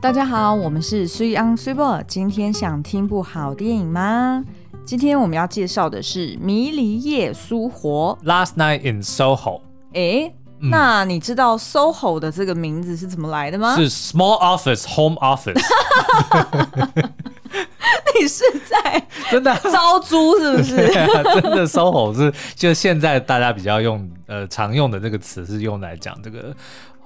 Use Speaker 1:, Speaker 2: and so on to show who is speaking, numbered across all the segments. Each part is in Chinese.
Speaker 1: 大家好，我们是 s u y on s u p e 今天想听部好电影吗？今天我们要介绍的是《迷离夜苏活》。
Speaker 2: Last night in Soho
Speaker 1: 诶，
Speaker 2: 嗯
Speaker 1: 那你知道 SOHO 的这个名字是怎么来的吗？
Speaker 2: 是 Small Office Home Office，
Speaker 1: 你是在
Speaker 2: 真的啊。
Speaker 1: 招租是不
Speaker 2: 对
Speaker 1: 是？
Speaker 2: 啊，真的 SOHO 是就现在大家比较用呃常用的这个词是用来讲这个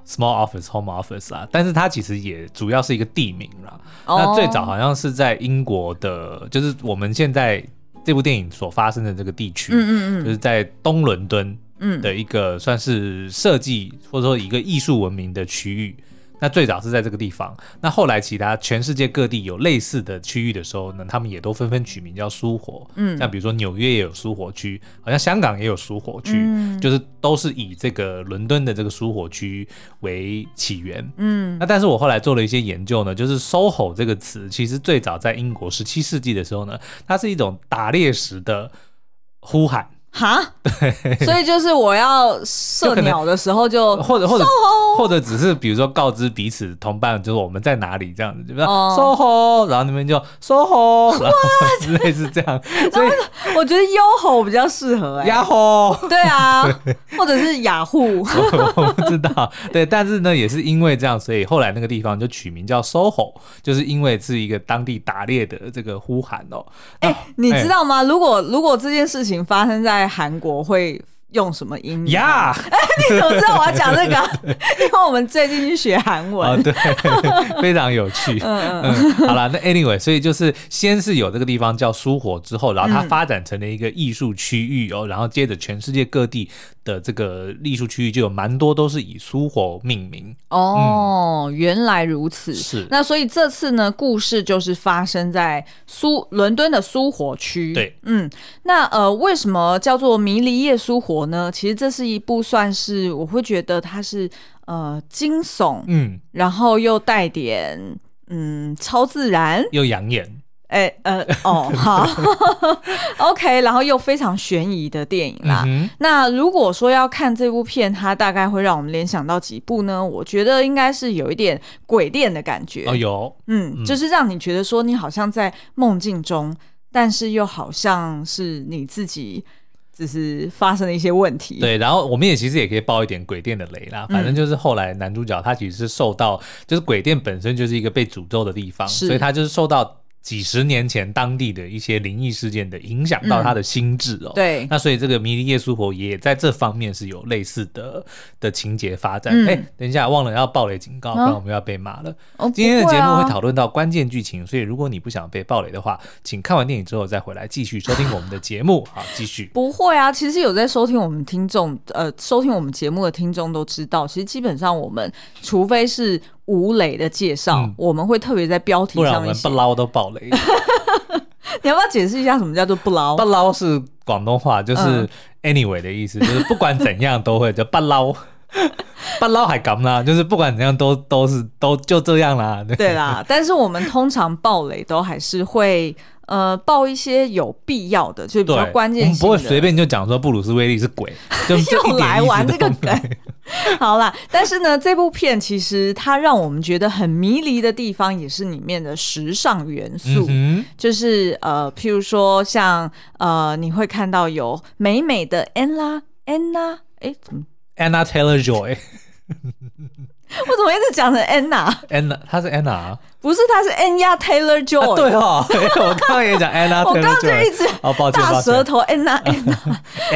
Speaker 2: small office home office 啊，但是它其实也主要是一个地名啦。
Speaker 1: 哦
Speaker 2: 那最早好像是在英国的，就是我们现在这部电影所发生的这个地区，
Speaker 1: 嗯嗯
Speaker 2: 就是在东伦敦
Speaker 1: 嗯
Speaker 2: 的一个算是设计或者说一个艺术文明的区域。那最早是在这个地方，那后来其他全世界各地有类似的区域的时候呢，他们也都纷纷取名叫苏活。
Speaker 1: 嗯
Speaker 2: 像比如说纽约也有苏活区，好像香港也有苏活区，
Speaker 1: 嗯
Speaker 2: 就是都是以这个伦敦的这个苏活区为起源。
Speaker 1: 嗯
Speaker 2: 那但是我后来做了一些研究呢，就是 “soho” 这个词，其实最早在英国十七世纪的时候呢，它是一种打猎时的呼喊，
Speaker 1: 哈，所以就是我要射鸟的时候就
Speaker 2: 或者或者
Speaker 1: SOHO
Speaker 2: 或者只是比如说告知彼此同伴，就是我们在哪里这样子，就比如说
Speaker 1: 哦
Speaker 2: “soho”，然后那边就 “soho”，然后 类似这样，所以
Speaker 1: 我觉得优吼比较适合哎、
Speaker 2: 呀哎吼。
Speaker 1: 对 啊，或者是雅虎，
Speaker 2: 我不知道，对，但是呢，也是因为这样，所以后来那个地方就取名叫 SOHO，就是因为是一个当地打猎的这个呼喊哦。哎、
Speaker 1: 你知道吗？如果如果这件事情发生在韩国，会用什么英语？
Speaker 2: 呀？
Speaker 1: 你怎么知道我要讲这个？ 因为我们最近去学韩
Speaker 2: 啊，
Speaker 1: 文。
Speaker 2: 对， 非常有趣。
Speaker 1: 嗯嗯，
Speaker 2: 嗯，好了，那 anyway，所以就是先是有这个地方叫苏火，之后，然后它
Speaker 1: 嗯
Speaker 2: 发展成了一个艺术区域哦，然后接着全世界各地的这个艺术区域就有蛮多都是以苏火命名，
Speaker 1: 哦，原来如此。
Speaker 2: 是
Speaker 1: 那所以这次呢，故事就是发生在苏伦敦的苏活区。
Speaker 2: 对，
Speaker 1: 嗯，那呃，为什么叫做《迷离夜苏活》呢？其实这是一部算是我会觉得它是呃惊悚，
Speaker 2: 嗯，
Speaker 1: 然后又带点嗯超自然，
Speaker 2: 又养眼，
Speaker 1: 哎、呃哦 好，OK，然后又非常悬疑的电影啦。
Speaker 2: 嗯哼，
Speaker 1: 那如果说要看这部片，它大概会让我们联想到几部呢？我觉得应该是有一点鬼店的感觉，
Speaker 2: 哦有，
Speaker 1: 嗯，
Speaker 2: 嗯
Speaker 1: 就是让你觉得说你好像在梦境中，但是又好像是你自己只是发生了一些问题。，
Speaker 2: 对，然后我们也其实也可以爆一点鬼店的雷啦。反
Speaker 1: 嗯
Speaker 2: 正就是后来男主角他其实是受到，就是鬼店本身就是一个被诅咒的地方，
Speaker 1: 是
Speaker 2: 所以他就是受到几十年前当地的一些灵异事件的影响到他的心智哦。
Speaker 1: 对
Speaker 2: 那所以这个迷离夜苏活也在这方面是有类似的的情节发展。
Speaker 1: 嗯
Speaker 2: 哎、等一下，忘了要暴雷警告，不
Speaker 1: 啊
Speaker 2: 然我们要被骂了。
Speaker 1: 哦
Speaker 2: 今天的
Speaker 1: 不
Speaker 2: 节目
Speaker 1: 啊
Speaker 2: 会讨论到关键剧情，所以如果你不想被暴雷的话，请看完电影之后再回来继续收听我们的节目。好，继续。
Speaker 1: 不会啊，其实有在收听我们听众，呃，收听我们节目的听众都知道，其实基本上我们除非是吴磊的介绍，
Speaker 2: 嗯
Speaker 1: 我们会特别在标题
Speaker 2: 不然我
Speaker 1: 上面
Speaker 2: 们
Speaker 1: 写
Speaker 2: 不。捞都暴雷。
Speaker 1: 你要不要解释一下什么叫做不捞
Speaker 2: 不？捞是广东话，就是
Speaker 1: 嗯
Speaker 2: anyway 的意思，就是不管怎样都会就不捞， 不捞还敢啦，就是不管怎样都都是都就这样啦。
Speaker 1: 对啦，但是我们通常爆雷都还是会呃爆一些有必要的，就比
Speaker 2: 对，
Speaker 1: 较关
Speaker 2: 我
Speaker 1: 键
Speaker 2: 们
Speaker 1: 性
Speaker 2: 不
Speaker 1: 的。
Speaker 2: 会随便就讲说布鲁斯威利 是鬼，就就一
Speaker 1: 又
Speaker 2: 点
Speaker 1: 来
Speaker 2: 意 思
Speaker 1: 玩
Speaker 2: 都
Speaker 1: 这个
Speaker 2: 没有嗯
Speaker 1: 梗。好啦，但是呢，这部片其实它让我们觉得很迷离的地方，也是里面的时尚元素。
Speaker 2: 嗯哼，
Speaker 1: 就是呃，譬如说像呃，你会看到有美美的 Anna Anna，哎，怎么
Speaker 2: Anna Taylor Joy，Anna
Speaker 1: 我怎么一直讲成 Anna？
Speaker 2: 她是 Anna 啊，
Speaker 1: 不是，她是 Anya Taylor
Speaker 2: 啊
Speaker 1: Joy。
Speaker 2: 对哦，我刚刚也讲 Anna
Speaker 1: 我
Speaker 2: Taylor
Speaker 1: 刚
Speaker 2: Joy，
Speaker 1: 刚就一直
Speaker 2: 哦，抱歉，
Speaker 1: 大
Speaker 2: 抱
Speaker 1: 舌
Speaker 2: 歉
Speaker 1: 头 Anna Anna。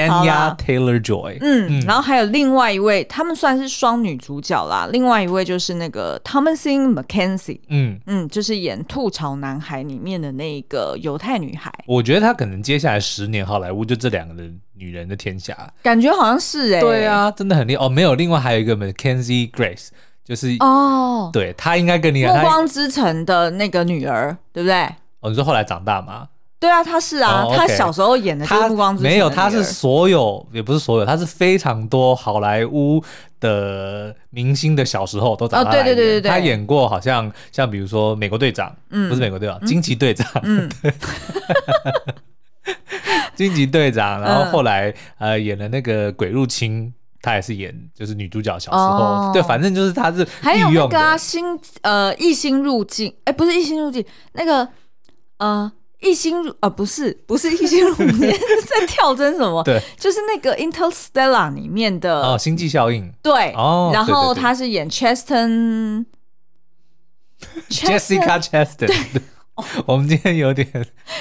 Speaker 1: 好
Speaker 2: ，Anna
Speaker 1: 啦
Speaker 2: Taylor Joy，
Speaker 1: 嗯，然后还有另外一位，他们算是双女主角啦。另外一位就是那个 Thomasin McKenzie，
Speaker 2: 嗯。
Speaker 1: 嗯，就是演《吐槽男孩》里面的那个犹太女孩，
Speaker 2: 我觉得她可能接下来十年好莱坞就这两个人女人的天下，
Speaker 1: 感觉好像是哎、
Speaker 2: 对，啊，真的很厉害哦。没有，另外还有一个 Mackenzie Grace，就是、
Speaker 1: 哦，
Speaker 2: 对她应该更厉
Speaker 1: 《
Speaker 2: 害。
Speaker 1: 暮
Speaker 2: 她
Speaker 1: 光之城》的那个女儿，对不对？
Speaker 2: 哦，你说后来长大吗？
Speaker 1: 对啊，他是啊，
Speaker 2: 哦，OK
Speaker 1: 他小时候演的就是《
Speaker 2: 她
Speaker 1: 暮光之城》
Speaker 2: 没有，
Speaker 1: 的
Speaker 2: 她
Speaker 1: 女儿
Speaker 2: 是所有也不是所有，她是非常多好莱坞的明星的小时候都长
Speaker 1: 哦
Speaker 2: 大
Speaker 1: 对
Speaker 2: 来
Speaker 1: 对
Speaker 2: 演、
Speaker 1: 对对对
Speaker 2: 她演过好像像比如说美国队长，
Speaker 1: 嗯
Speaker 2: 不是美国队长，惊奇队长，
Speaker 1: 嗯
Speaker 2: 惊奇队长，然后
Speaker 1: 嗯
Speaker 2: 后来、呃演了那个鬼入侵。她也是演就是女主角小时候，对，
Speaker 1: 哦
Speaker 2: 反正就是她是
Speaker 1: 还有那
Speaker 2: 御用的
Speaker 1: 个啊，新呃异星入境，哎、不是异星入境，那个呃异星入呃不是不是异星入境，在跳针什么？
Speaker 2: 对，
Speaker 1: 就是那个《Interstellar》里面的、
Speaker 2: 哦，星际效应
Speaker 1: 对，
Speaker 2: 哦
Speaker 1: 然后
Speaker 2: 对对对
Speaker 1: 他是演 Cheston。
Speaker 2: ，Jessica Chastain。我 们今天有点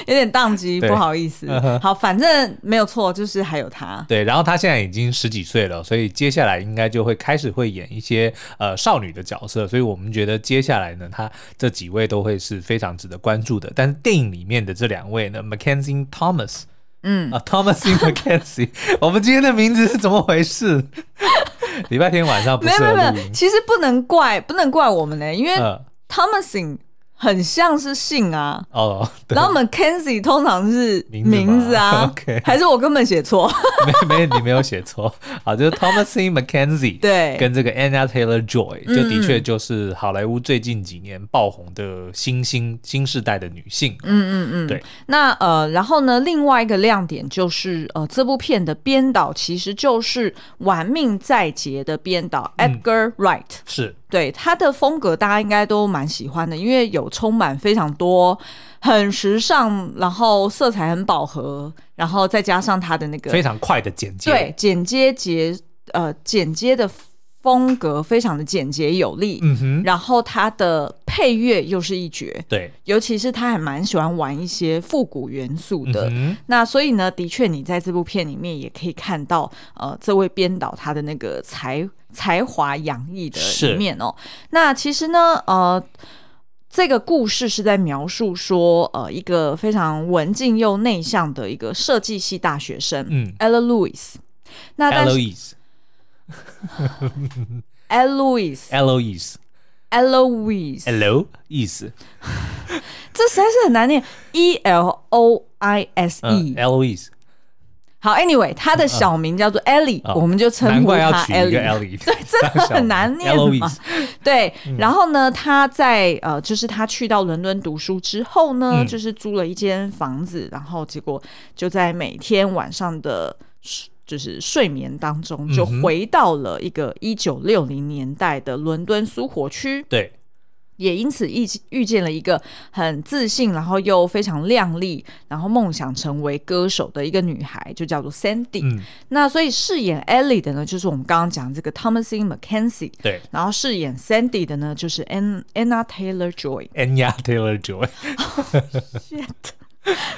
Speaker 1: 有点宕机，
Speaker 2: 对
Speaker 1: 不好意思
Speaker 2: 嗯。哼
Speaker 1: 好，反正没有错，就是还有他。
Speaker 2: 对，然后她现在已经十几岁了，所以接下来应该就会开始会演一些呃少女的角色，所以我们觉得接下来呢，她这几位都会是非常值得关注的。但是电影里面的这两位呢，Mackenzie Thomas
Speaker 1: 嗯，
Speaker 2: 啊，Thomas i Mackenzie，我 们今天的名字是怎么回事？ 礼拜天晚上不
Speaker 1: 没
Speaker 2: 适
Speaker 1: 有没有没
Speaker 2: 合录
Speaker 1: 有，
Speaker 2: 音。
Speaker 1: 其实不能怪不能怪我们呢、因为
Speaker 2: 嗯，
Speaker 1: Thomasin 很像是姓啊，
Speaker 2: 哦，对
Speaker 1: 然后 Mackenzie 通常是
Speaker 2: 名字吗
Speaker 1: 名字啊
Speaker 2: OK
Speaker 1: 还是我根本写 错？
Speaker 2: 没没，你没有写错，好，就是 Thomasin Mackenzie，
Speaker 1: 对
Speaker 2: 跟这个 Anna Taylor Joy，就
Speaker 1: 嗯
Speaker 2: 的确就是好莱坞最近几年爆红的新兴新世代的女性，
Speaker 1: 嗯嗯嗯，
Speaker 2: 对。
Speaker 1: 那呃，然后呢，另外一个亮点就是呃，这部片的编导其实就是《玩命在劫》的编导
Speaker 2: 嗯
Speaker 1: Edgar Wright。
Speaker 2: 是
Speaker 1: 对他的风格，大家应该都蛮喜欢的，因为有充满非常多很时尚，然后色彩很饱和，然后再加上他的那个
Speaker 2: 非常快的简介，
Speaker 1: 对简洁节呃简洁的风格，非常的简洁有力。
Speaker 2: 嗯哼，
Speaker 1: 然后他的配乐又是一绝，
Speaker 2: 对，
Speaker 1: 尤其是他还蛮喜欢玩一些复古元素的。
Speaker 2: 嗯哼，
Speaker 1: 那所以呢，的确，你在这部片里面也可以看到，呃，这位编导他的那个才才华洋溢的
Speaker 2: 是
Speaker 1: 一面哦。那其实呢，呃，这个故事是在描述说，呃，一个非常文静又内向的一个设计系大学生、
Speaker 2: 嗯
Speaker 1: e l l a Lewis。那但是
Speaker 2: ，Eloise，Eloise，
Speaker 1: Eloise Eloise，
Speaker 2: Hello，意思，
Speaker 1: 这实在是很难念，E L O I S
Speaker 2: 嗯
Speaker 1: E。
Speaker 2: ，Eloise，
Speaker 1: 好，Anyway，他的小名叫做 Ellie，、
Speaker 2: 哦
Speaker 1: 我们就称
Speaker 2: 难
Speaker 1: 呼
Speaker 2: 怪要
Speaker 1: 他
Speaker 2: 取一个
Speaker 1: Ellie。
Speaker 2: Ellie，对，
Speaker 1: 真 的很难念嘛
Speaker 2: Eloise，
Speaker 1: 对，
Speaker 2: 嗯
Speaker 1: 然后呢，他在呃，就是他去到伦敦读书之后呢，
Speaker 2: 嗯
Speaker 1: 就是租了一间房子，然后结果就在每天晚上的睡就是睡眠当中，就
Speaker 2: 嗯哼
Speaker 1: 回到了一个一九六零年代的伦敦苏活区，
Speaker 2: 对，
Speaker 1: 也因此遇遇见了一个很自信，然后又非常靓丽，然后梦想成为歌手的一个女孩，就叫做 Sandy。
Speaker 2: 嗯，
Speaker 1: 那所以饰演 Ellie 的呢，就是我们刚刚讲这个 Thomasin McKenzie。
Speaker 2: 对
Speaker 1: 然后饰演 Sandy 的呢，就是 An Anna Taylor Joy。
Speaker 2: ，Anya Taylor Joy，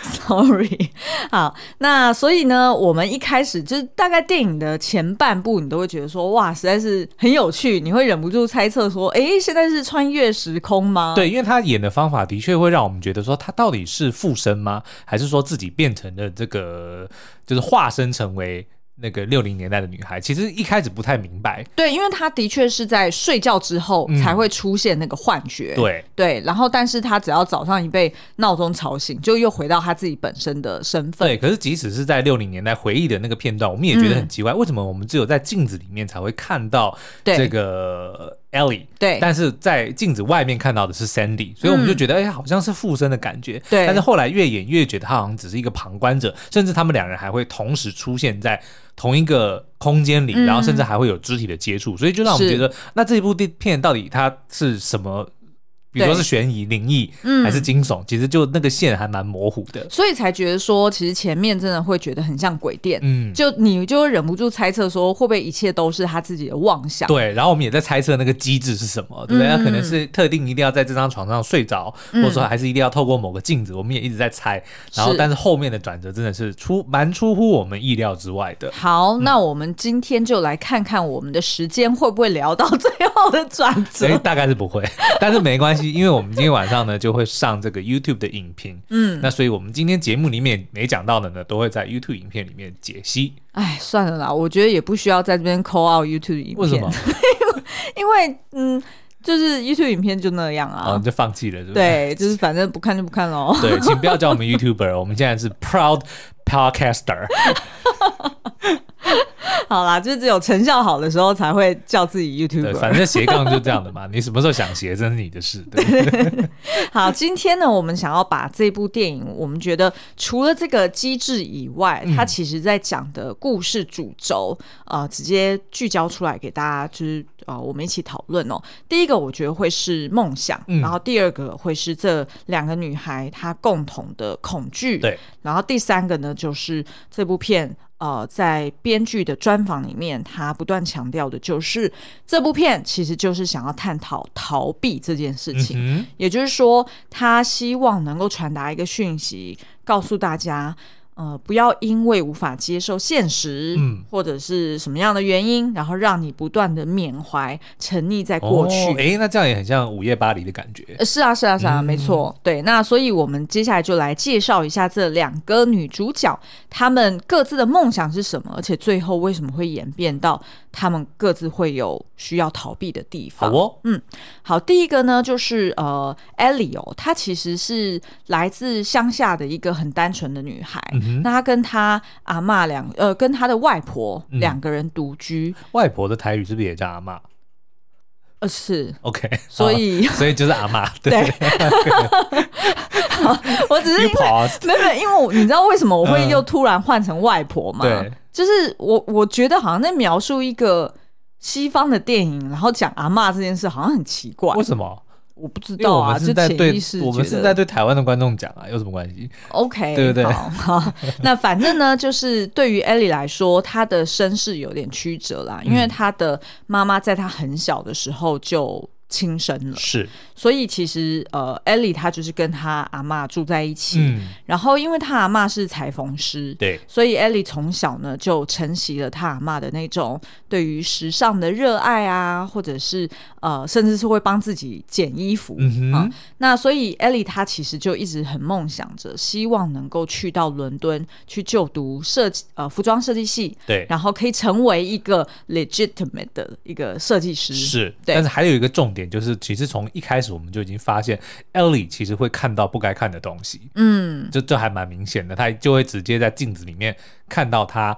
Speaker 1: Sorry，好， 那所以呢，我们一开始就是大概电影的前半部，你都会觉得说，哇，实在是很有趣，你会忍不住猜测说，诶，现在是穿越时空吗？，
Speaker 2: 对，因为他演的方法的确会让我们觉得说，他到底是附身吗？还是说自己变成了这个，就是化身成为那个六零年代的女孩？其实一开始不太明白，
Speaker 1: 对，因为他的确是在睡觉之后
Speaker 2: 嗯
Speaker 1: 才会出现那个幻觉，
Speaker 2: 对，
Speaker 1: 对，然后但是他只要早上一被闹钟吵醒，就又回到他自己本身的身份。
Speaker 2: 对。可是即使是在六零年代回忆的那个片段，我们也觉得很
Speaker 1: 嗯
Speaker 2: 奇怪，为什么我们只有在镜子里面才会看到
Speaker 1: 对
Speaker 2: 这个 Ellie？
Speaker 1: 对
Speaker 2: 但是在镜子外面看到的是 Sandy，所以我们就
Speaker 1: 嗯
Speaker 2: 觉得，哎、好像是附身的感觉。
Speaker 1: 对
Speaker 2: 但是后来越演越觉得他好像只是一个旁观者，甚至他们两人还会同时出现在同一个空间里，
Speaker 1: 嗯
Speaker 2: 然后甚至还会有肢体的接触，所以就让我们
Speaker 1: 是
Speaker 2: 觉得，那这一部电片到底它是什么？比如说
Speaker 1: 对
Speaker 2: 是悬疑、灵异，
Speaker 1: 嗯
Speaker 2: 还是惊悚？其实就那个线还蛮模糊的。
Speaker 1: 所以才觉得说，其实前面真的会觉得很像鬼店，
Speaker 2: 嗯，
Speaker 1: 就你就会忍不住猜测说，会不会一切都是他自己的妄想？
Speaker 2: 对，然后我们也在猜测那个机制是什么，对不对？那、可
Speaker 1: 嗯
Speaker 2: 能是特定一定要在这张床上睡着，或者说还是一定要透过某个镜子，我们也一直在猜。然后，
Speaker 1: 是
Speaker 2: 但是后面的转折真的是出蛮出乎我们意料之外的。
Speaker 1: 好，那我们今天就来看看我们的时间会不会聊到 最后的转
Speaker 2: 所
Speaker 1: 折。
Speaker 2: 以大概是不会，但是没关系，因为我们今天晚上呢就会上这个 YouTube 的影评，嗯，那所以我们今天节目里面没讲到的呢，都会在 YouTube 影片里面解析。
Speaker 1: 哎，算了啦，我觉得也不需要在这边扣 out YouTube 影片，
Speaker 2: 为什么？
Speaker 1: 因为嗯，就是 YouTube 影片就那样
Speaker 2: 啊，
Speaker 1: 啊
Speaker 2: 你。就放弃了，是不是？
Speaker 1: 对，就是反正不看就不看喽。
Speaker 2: 对，请不要叫我们 YouTuber，我们现在是 Proud podcaster。
Speaker 1: 好啦，就只有成效好的时候才会叫自己 YouTube。
Speaker 2: 对，反正斜杠就这样的嘛， 你什么时候想斜，真是你的事。 对，
Speaker 1: 好，今天呢，我们想要把这部电影，我们觉得除了这个机制以外，它
Speaker 2: 嗯
Speaker 1: 其实在讲的故事主轴，呃，直接聚焦出来给大家，就是呃，我们一起讨论哦。第一个我觉得会是梦想，
Speaker 2: 嗯
Speaker 1: 然后第二个会是这两个女孩她共同的恐惧，
Speaker 2: 对，
Speaker 1: 然后第三个呢就是这部片。呃，在编剧的专访里面，他不断强调的就是这部片其实就是想要探讨逃避这件事情。
Speaker 2: 嗯
Speaker 1: 也就是说，他希望能够传达一个讯息，告诉大家，呃，不要因为无法接受现实，
Speaker 2: 嗯
Speaker 1: 或者是什么样的原因，然后让你不断的缅怀、沉溺在
Speaker 2: 哼，
Speaker 1: 过去。
Speaker 2: 哎、诶那这样也很像《午夜巴黎》的感觉。
Speaker 1: 呃是啊，是啊，是啊，
Speaker 2: 嗯
Speaker 1: 没错。对，那所以我们接下来就来介绍一下这两个女主角，她们各自的梦想是什么，而且最后为什么会演变到她们各自会有需要逃避的地
Speaker 2: 好
Speaker 1: 方。
Speaker 2: 哦，
Speaker 1: 好，第一个呢，就是呃，Ellie 哦，她其实是来自乡下的一个很单纯的女孩。
Speaker 2: 嗯哼，
Speaker 1: 那她跟她阿嬷两呃，跟她的外婆
Speaker 2: 嗯
Speaker 1: 两个人独居，
Speaker 2: 外婆的台语是不是也叫阿妈
Speaker 1: 呃是，
Speaker 2: ？OK，
Speaker 1: 所
Speaker 2: 好
Speaker 1: 以
Speaker 2: 所以就是 阿妈，对
Speaker 1: 对， 好我只是因
Speaker 2: ，You
Speaker 1: 为
Speaker 2: paused，
Speaker 1: 没有，没有因为我你知道为什么我会
Speaker 2: 嗯
Speaker 1: 又突然换成外婆吗？
Speaker 2: 对，
Speaker 1: 就是我我觉得好像在描述一个西方的电影，然后讲阿嬷这件事好像很奇怪，
Speaker 2: 为什么？
Speaker 1: 我不知
Speaker 2: 因为
Speaker 1: 道
Speaker 2: 我
Speaker 1: 啊，
Speaker 2: 们
Speaker 1: 就是
Speaker 2: 在
Speaker 1: 潜
Speaker 2: 对
Speaker 1: 意识，
Speaker 2: 我们
Speaker 1: 觉
Speaker 2: 是
Speaker 1: 得
Speaker 2: 在对台湾的观众讲啊，有什么关系？
Speaker 1: OK，
Speaker 2: 对不对
Speaker 1: 好， 好那反正呢，就是对于 Ellie 来说，她的身世有点曲折啦，
Speaker 2: 嗯
Speaker 1: 因为她的妈妈在她很小的时候就轻生了，
Speaker 2: 是，
Speaker 1: 所以其实呃，Ellie 她就是跟她阿嬷住在一起，
Speaker 2: 嗯，
Speaker 1: 然后因为她阿嬷是裁缝师。
Speaker 2: 对，
Speaker 1: 所以 Ellie 从小呢就承袭了她阿嬷的那种对于时尚的热爱啊，或者是呃，甚至是会帮自己剪衣服，
Speaker 2: 嗯
Speaker 1: 啊
Speaker 2: 哼，
Speaker 1: 那所以 Ellie 她其实就一直很梦想着，希望能够去到伦敦去就读设计呃服装设计系，
Speaker 2: 对，
Speaker 1: 然后可以成为一个 legitimate 的一个设计师。
Speaker 2: 是，
Speaker 1: 对
Speaker 2: 但是还有一个重点就是，其实从一开始我们就已经发现，Ellie 其实会看到不该看的东西，
Speaker 1: 嗯，
Speaker 2: 这这还蛮明显的，她就会直接在镜子里面看到她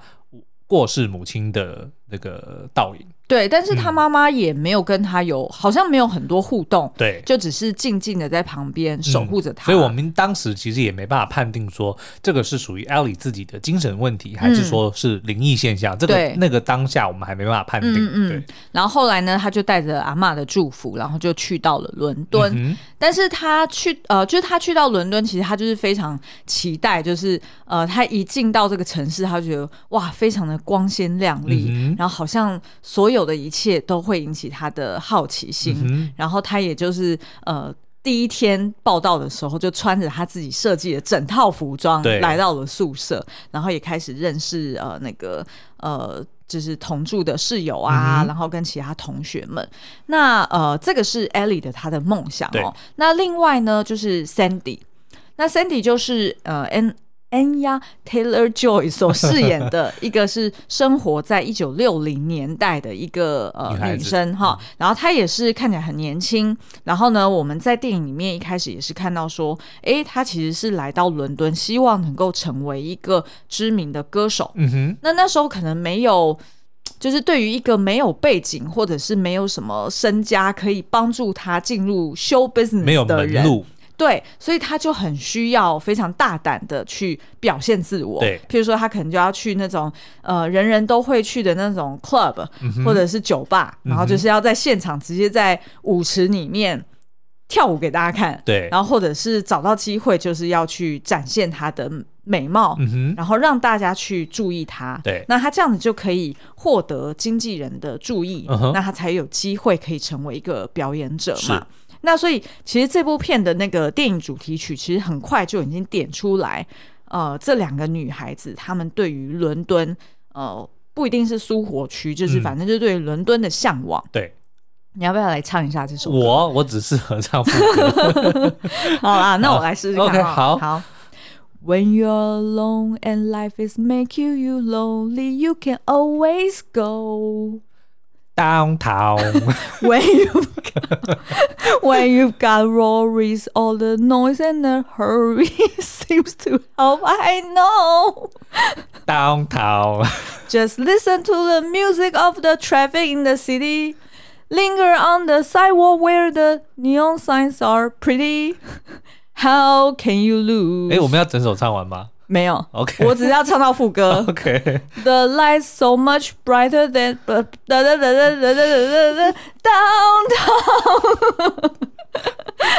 Speaker 2: 过世母亲的那个倒影，
Speaker 1: 对。但是
Speaker 2: 嗯
Speaker 1: 她妈妈也没有跟她有，好像没有很多互动，
Speaker 2: 对。
Speaker 1: 就只是静静的在旁边守护着她。
Speaker 2: 嗯所以我们当时其实也没办法判定说这个是属于 Ellie 自己的精神问题，还是说是灵异现象。这个
Speaker 1: 嗯对
Speaker 2: 那个当下我们还没办法判定。
Speaker 1: 嗯嗯
Speaker 2: 对，
Speaker 1: 然后后来呢，她就带着阿嬷的祝福，然后就去到了伦敦。
Speaker 2: 嗯
Speaker 1: 但是他去呃，就是他去到伦敦，其实他就是非常期待，就是呃，他一进到这个城市，他就觉得哇，非常的光鲜亮丽，
Speaker 2: 嗯哼
Speaker 1: 然后好像所有的一切都会引起他的好奇
Speaker 2: 哼
Speaker 1: 心，
Speaker 2: 嗯
Speaker 1: 然后他也就是呃。第一天报道的时候，就穿着他自己设计的整套服装
Speaker 2: 对
Speaker 1: 来到了宿舍，然后也开始认识呃那个呃就是同住的室友啊，
Speaker 2: 嗯哼
Speaker 1: 然后跟其他同学们。那呃，这个是 Ellie 的她的梦想
Speaker 2: 对
Speaker 1: 哦。那另外呢，就是 Sandy，那 Sandy 就是呃 N。Anya Taylor Joy 所饰演 的一个是生活在一九六零年代的一个呃
Speaker 2: 女孩
Speaker 1: 女
Speaker 2: 子嗯
Speaker 1: 生哈，然后她也是看起来很年轻。然后呢，我们在电影里面一开始也是看到说，诶，她其实是来到伦敦，希望能够成为一个知名的歌手。
Speaker 2: 哼，嗯哼，
Speaker 1: 那那时候可能没有，就是对于一个没有背景或者是没有什么身家可以帮助他进入 show
Speaker 2: 没有
Speaker 1: business 的
Speaker 2: 门
Speaker 1: 人，
Speaker 2: 路，
Speaker 1: 对，所以他就很需要非常大胆的去表现自我。
Speaker 2: 对
Speaker 1: 譬如说他可能就要去那种呃人人都会去的那种 club、或
Speaker 2: 嗯
Speaker 1: 者是酒吧，然后就是要在现场直接在舞池里面跳舞给大家看。
Speaker 2: 对，
Speaker 1: 然后或者是找到机会，就是要去展现他的美貌，
Speaker 2: 嗯哼，
Speaker 1: 然后让大家去注意他。
Speaker 2: 对
Speaker 1: 那他这样子就可以获得经纪人的注意，
Speaker 2: 嗯哼
Speaker 1: 那他才有机会可以成为一个表演者
Speaker 2: 是
Speaker 1: 嘛。那所以其实这部片的那个电影主题曲，其实很快就已经点出来，呃，这两个女孩子她们对于伦敦，呃。不一定是苏活区，就是
Speaker 2: 嗯
Speaker 1: 反正就是对于伦敦的向往。
Speaker 2: 对
Speaker 1: 你要不要来唱一下这首歌？
Speaker 2: 我我只适合唱副 歌。
Speaker 1: 好啦，那我来试试看。
Speaker 2: OK，好
Speaker 1: 好。When you're alone and life is make you you lonely, you can always go
Speaker 2: downtown。
Speaker 1: When you when you've got worries, all the noise and the hurry seems to help. I know.
Speaker 2: downtown，
Speaker 1: Just listen to the music of the traffic in the city. Linger on the sidewalk where the neon signs are pretty. How can you lose？
Speaker 2: 哎、我们要整首唱完吗
Speaker 1: 没有
Speaker 2: ？OK
Speaker 1: 我只是要唱到副歌。
Speaker 2: OK，
Speaker 1: The lights so much brighter than 哒哒哒哒哒哒哒哒 downtown 。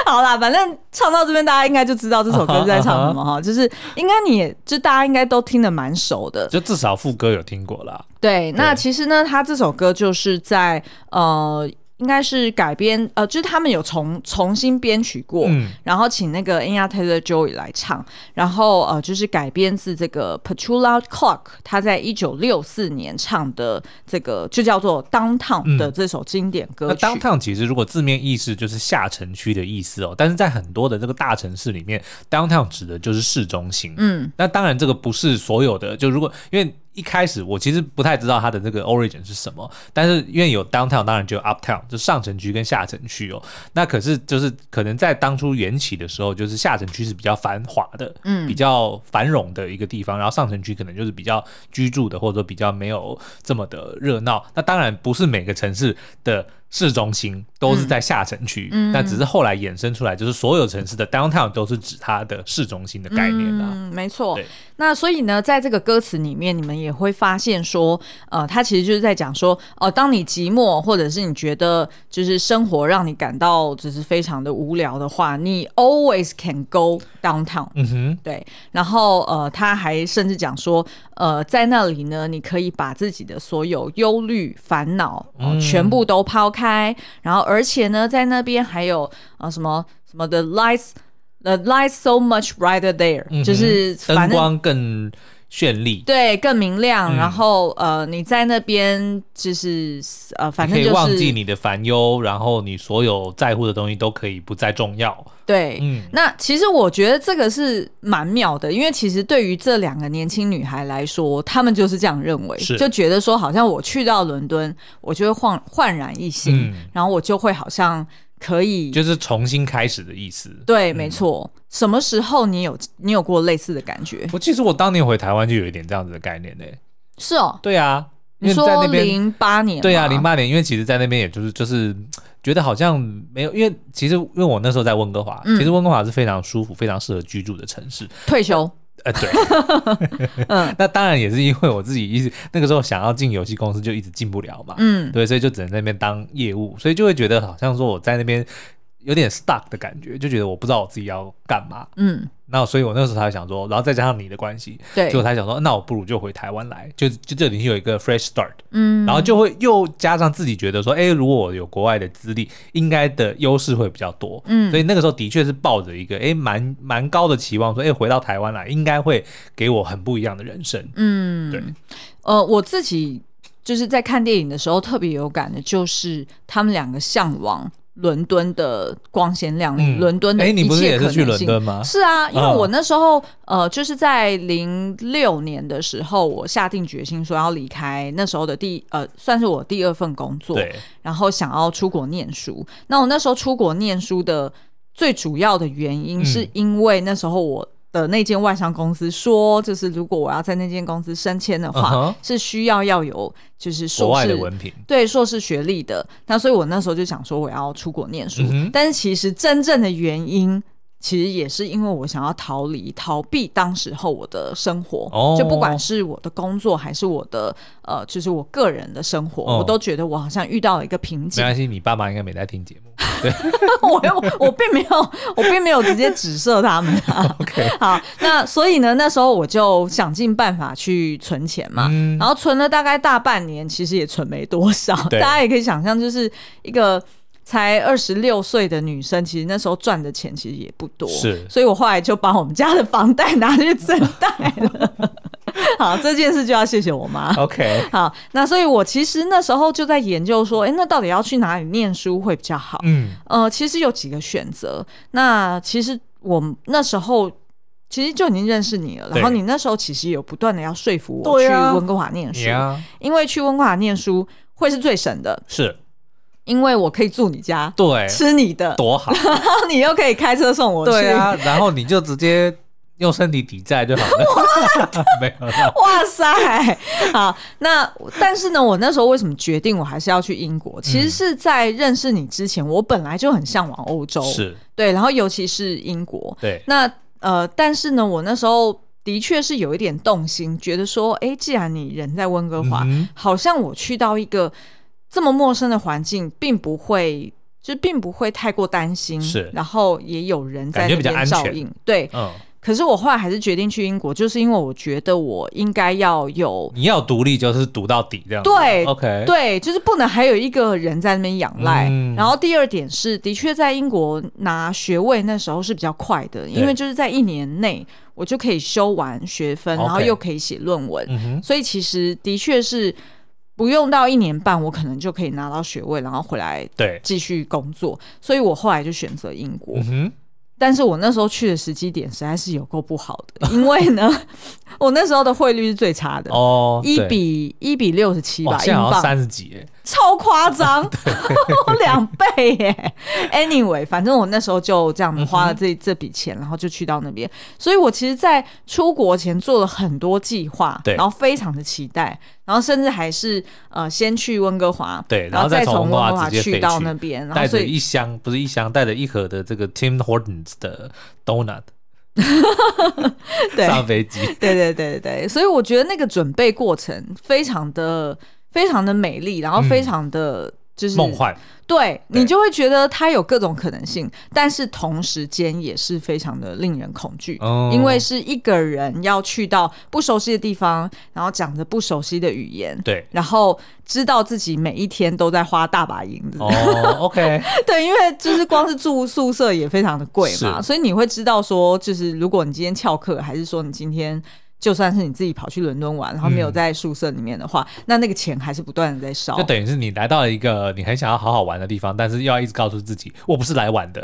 Speaker 1: 好啦，反正唱到这边，大家应该就知道这首歌是在唱什么啊哈。就是应该你也就大家应该都听得蛮熟的。
Speaker 2: 就至少副歌有听过啦。
Speaker 1: 对，那
Speaker 2: 对
Speaker 1: 其实呢，他这首歌就是在呃，应该是改编呃，就是他们有重重新编曲过，
Speaker 2: 嗯
Speaker 1: 然后请那个 Anya Taylor Joy 来唱，然后呃，就是改编自这个 Petula Clark 他在一九六四年唱的这个就叫做 Downtown 的这首经典歌
Speaker 2: 嗯那
Speaker 1: 曲。
Speaker 2: downtown 其实如果字面意思就是下城区的意思哦，但是在很多的这个大城市里面，downtown 指的就是市中心。
Speaker 1: 嗯，
Speaker 2: 那当然这个不是所有的，就如果因为一开始我其实不太知道它的这个 origin 是什么，但是因为有 downtown，当然就有 uptown，就上城区跟下城区哦。那可是就是可能在当初缘起的时候，就是下城区是比较繁华的，嗯，比较繁荣的一个地方，然后上城区可能就是比较居住的，或者说比较没有这么的热闹。那当然不是每个城市的。市中心都
Speaker 1: 嗯
Speaker 2: 是在下城区，那只是后来衍生出来，就是所有城市的 downtown 都是指它的市中心的概念啊。
Speaker 1: 嗯，没错
Speaker 2: 对。
Speaker 1: 那所以呢，在这个歌词里面，你们也会发现说，呃，他其实就是在讲说，哦、当你寂寞，或者是你觉得就是生活让你感到就是非常的无聊的话，你 always can go downtown。
Speaker 2: 嗯哼，
Speaker 1: 对，然后呃，他还甚至讲说，呃，在那里呢，你可以把自己的所有忧虑、烦恼、呃
Speaker 2: 嗯
Speaker 1: 全部都抛开，然后而且呢，在那边还有呃什么什么的 lights。The lights so much brighter there，、
Speaker 2: 嗯哼
Speaker 1: 就是
Speaker 2: 灯
Speaker 1: 反正
Speaker 2: 光更绚丽，
Speaker 1: 对更明亮。
Speaker 2: 嗯
Speaker 1: 然后呃，你在那边就是呃，反正
Speaker 2: 你
Speaker 1: 就
Speaker 2: 可
Speaker 1: 是
Speaker 2: 以忘记你的烦忧，然后你所有在乎的东西都可以不再重要。
Speaker 1: 对，
Speaker 2: 嗯，
Speaker 1: 那其实我觉得这个是蛮妙的，因为其实对于这两个年轻女孩来说，她们就是这样认为，
Speaker 2: 是
Speaker 1: 就觉得说好像我去到伦敦，我就会焕焕然一新，
Speaker 2: 嗯
Speaker 1: 然后我就会好像可以，
Speaker 2: 就是嗯重新开始的意思。
Speaker 1: 对，没错。什么时候你有你有过类似的感觉？
Speaker 2: 我其实我当年回台湾就有一点这样子的概念呢、
Speaker 1: 是哦，
Speaker 2: 对啊，
Speaker 1: 你
Speaker 2: 因为在
Speaker 1: 说
Speaker 2: 那边
Speaker 1: 零八年吗，
Speaker 2: 对啊，零八年，因为其实，在那边也就是就是觉得好像没有，因为其实因为我那时候在温哥华，
Speaker 1: 嗯
Speaker 2: 其实温哥华是非常舒服、非常适合居住的城市。
Speaker 1: 退休，
Speaker 2: 呃，对，
Speaker 1: 嗯
Speaker 2: 那当然也是因为我自己一直那个时候想要进游戏公司，就一直进不了嘛。
Speaker 1: 嗯，
Speaker 2: 对，所以就只能在那边当业务，所以就会觉得好像说我在那边有点 stuck 的感觉，就觉得我不知道我自己要干嘛。
Speaker 1: 嗯，
Speaker 2: 那所以我那时候才想说，然后再加上你的关系，
Speaker 1: 对
Speaker 2: 所以我，才想说，那我不如就回台湾来，就就这里有一个 fresh start，
Speaker 1: 嗯，
Speaker 2: 然后就会又加上自己觉得说，哎、如果我有国外的资历，应该的优势会比较多。
Speaker 1: 嗯
Speaker 2: 所以那个时候的确是抱着一个哎蛮蛮高的期望，说哎、回到台湾来应该会给我很不一样的人生。
Speaker 1: 嗯，
Speaker 2: 对，
Speaker 1: 呃，我自己就是在看电影的时候特别有感的，就是他们两个向往伦敦的光鲜亮丽，
Speaker 2: 嗯
Speaker 1: 伦敦
Speaker 2: 哎、
Speaker 1: 的一切可能性。
Speaker 2: 你不是也是去伦敦吗？
Speaker 1: 是啊，因为
Speaker 2: 嗯
Speaker 1: 我那时候、呃，就是在零六年的时候，我下定决心说要离开那时候的第呃，算是我第二份工作，
Speaker 2: 对，
Speaker 1: 然后想要出国念书。那我那时候出国念书的最主要的原因，
Speaker 2: 嗯
Speaker 1: 是因为那时候我的那间外商公司说，就是如果我要在那间公司升迁的话
Speaker 2: 嗯哼
Speaker 1: 是需要要有就是
Speaker 2: 国
Speaker 1: 硕
Speaker 2: 外
Speaker 1: 士
Speaker 2: 的文凭。
Speaker 1: 对硕士学历的。那所以我那时候就想说，我要出国念书。
Speaker 2: 嗯哼
Speaker 1: 但是其实真正的原因。其实也是因为我想要逃离、逃避当时候我的生活，
Speaker 2: 哦
Speaker 1: 就不管是我的工作还是我的呃，就是我个人的生活，
Speaker 2: 哦
Speaker 1: 我都觉得我好像遇到了一个瓶
Speaker 2: 没
Speaker 1: 颈。
Speaker 2: 关系，你爸妈应该没在听节目。
Speaker 1: 我又我并没有，我并没有直接指涉他们啊。
Speaker 2: OK
Speaker 1: 好，那所以呢，那时候我就想尽办法去存钱嘛，
Speaker 2: 嗯
Speaker 1: 然后存了大概大半年，其实也存没多少。大
Speaker 2: 对
Speaker 1: 家也可以想象，就是一个才二十六岁的女生，其实那时候赚的钱其实也不多。
Speaker 2: 是
Speaker 1: 所以我后来就把我们家的房贷拿去增贷了。 好，这件事就要谢谢我妈。
Speaker 2: OK，
Speaker 1: 好，那所以我其实那时候就在研究说，诶，那到底要去哪里念书会比较好？
Speaker 2: 嗯，
Speaker 1: 呃，其实有几个选择。那其实我们那时候其实就已经认识你了，然后
Speaker 2: 对
Speaker 1: 你那时候其实有不断的要说服我
Speaker 2: 对
Speaker 1: 去
Speaker 2: 啊
Speaker 1: 温哥华念
Speaker 2: 你
Speaker 1: 书，
Speaker 2: 啊，
Speaker 1: 因为去温哥华念书会是最省的，
Speaker 2: 是
Speaker 1: 因为我可以住你家，
Speaker 2: 对，
Speaker 1: 吃你的，
Speaker 2: 多好，
Speaker 1: 然后你又可以开车送我去。
Speaker 2: 对啊，然后你就直接用身体抵债就好 了，没有啦，
Speaker 1: 哇塞，好，那但是呢，我那时候为什么决定我还是要去英国？其
Speaker 2: 嗯
Speaker 1: 实是在认识你之前，我本来就很向往欧洲，
Speaker 2: 是
Speaker 1: 对，然后尤其是英国，
Speaker 2: 对，
Speaker 1: 那呃，但是呢，我那时候的确是有一点动心，觉得说，哎、既然你人在温哥华，
Speaker 2: 嗯哼
Speaker 1: 好像我去到一个这么陌生的环境，并不会。就并不会太过担心，
Speaker 2: 是
Speaker 1: 然后也有人在
Speaker 2: 感觉
Speaker 1: 那
Speaker 2: 比较
Speaker 1: 边
Speaker 2: 安
Speaker 1: 照
Speaker 2: 全
Speaker 1: 应，对。
Speaker 2: 嗯，
Speaker 1: 可是我后来还是决定去英国，就是因为我觉得我应该要有
Speaker 2: 你要独立就是独到底这样子，
Speaker 1: 对
Speaker 2: ，OK，，
Speaker 1: 对，就是不能还有一个人在那边仰赖。
Speaker 2: 哎嗯
Speaker 1: 然后第二点是，的确在英国拿学位那时候是比较快的，因为就是在一年内我就可以修完学分，然后
Speaker 2: OK
Speaker 1: 又可以写论文，
Speaker 2: 嗯哼，
Speaker 1: 所以其实的确是不用到一年半，我可能就可以拿到学位，然后回来
Speaker 2: 对，
Speaker 1: 继续工作。所以我后来就选择英国。
Speaker 2: 嗯哼，
Speaker 1: 但是我那时候去的时机点实在是有够不好的，因为呢，我那时候的汇率是最差的，
Speaker 2: 哦，
Speaker 1: 一、
Speaker 2: 对
Speaker 1: 比一比六十七
Speaker 2: 哇，
Speaker 1: 吧，英
Speaker 2: 现在好像
Speaker 1: 镑
Speaker 2: 三十几耶，
Speaker 1: 超夸 张， 两倍耶。Anyway，反正我那时候就这样花了
Speaker 2: 嗯
Speaker 1: 这、这笔钱，然后就去到那边。所以我其实，在出国前做了很多计划，
Speaker 2: 对
Speaker 1: 然后非常的期待，然后甚至还是呃先去温哥华，
Speaker 2: 对
Speaker 1: 然
Speaker 2: 然后再
Speaker 1: 再从温
Speaker 2: 从温
Speaker 1: 哥
Speaker 2: 哥
Speaker 1: 华
Speaker 2: 华直接
Speaker 1: 去
Speaker 2: 飞
Speaker 1: 到
Speaker 2: 去
Speaker 1: 那边，然后
Speaker 2: 带
Speaker 1: 所
Speaker 2: 着
Speaker 1: 以
Speaker 2: 一箱不是一箱，带着一盒的这个 Tim Hortons 的 donut
Speaker 1: 对
Speaker 2: 上飞机，
Speaker 1: 对对对对对，所以我觉得那个准备过程非常的非常的美丽，然后非常的就是
Speaker 2: 嗯梦幻，
Speaker 1: 对你
Speaker 2: 对
Speaker 1: 就会觉得它有各种可能性，但是同时间也是非常的令人恐惧，
Speaker 2: 嗯
Speaker 1: 因为是一个人要去到不熟悉的地方，然后讲着不熟悉的语言，
Speaker 2: 对。
Speaker 1: 然后知道自己每一天都在花大把银子，
Speaker 2: 哦，OK，
Speaker 1: 对，因为就是光是住宿舍也非常的贵嘛，
Speaker 2: 是
Speaker 1: 所以你会知道说，就是如果你今天翘课，还是说你今天。就算是你自己跑去伦敦玩，然后没有
Speaker 2: 嗯
Speaker 1: 在宿舍里面的话，那那个钱还是不断的在烧
Speaker 2: 就。等于是你来到了一个你很想要好好玩的地方，但是又要一直告诉自己，我不是来玩 的。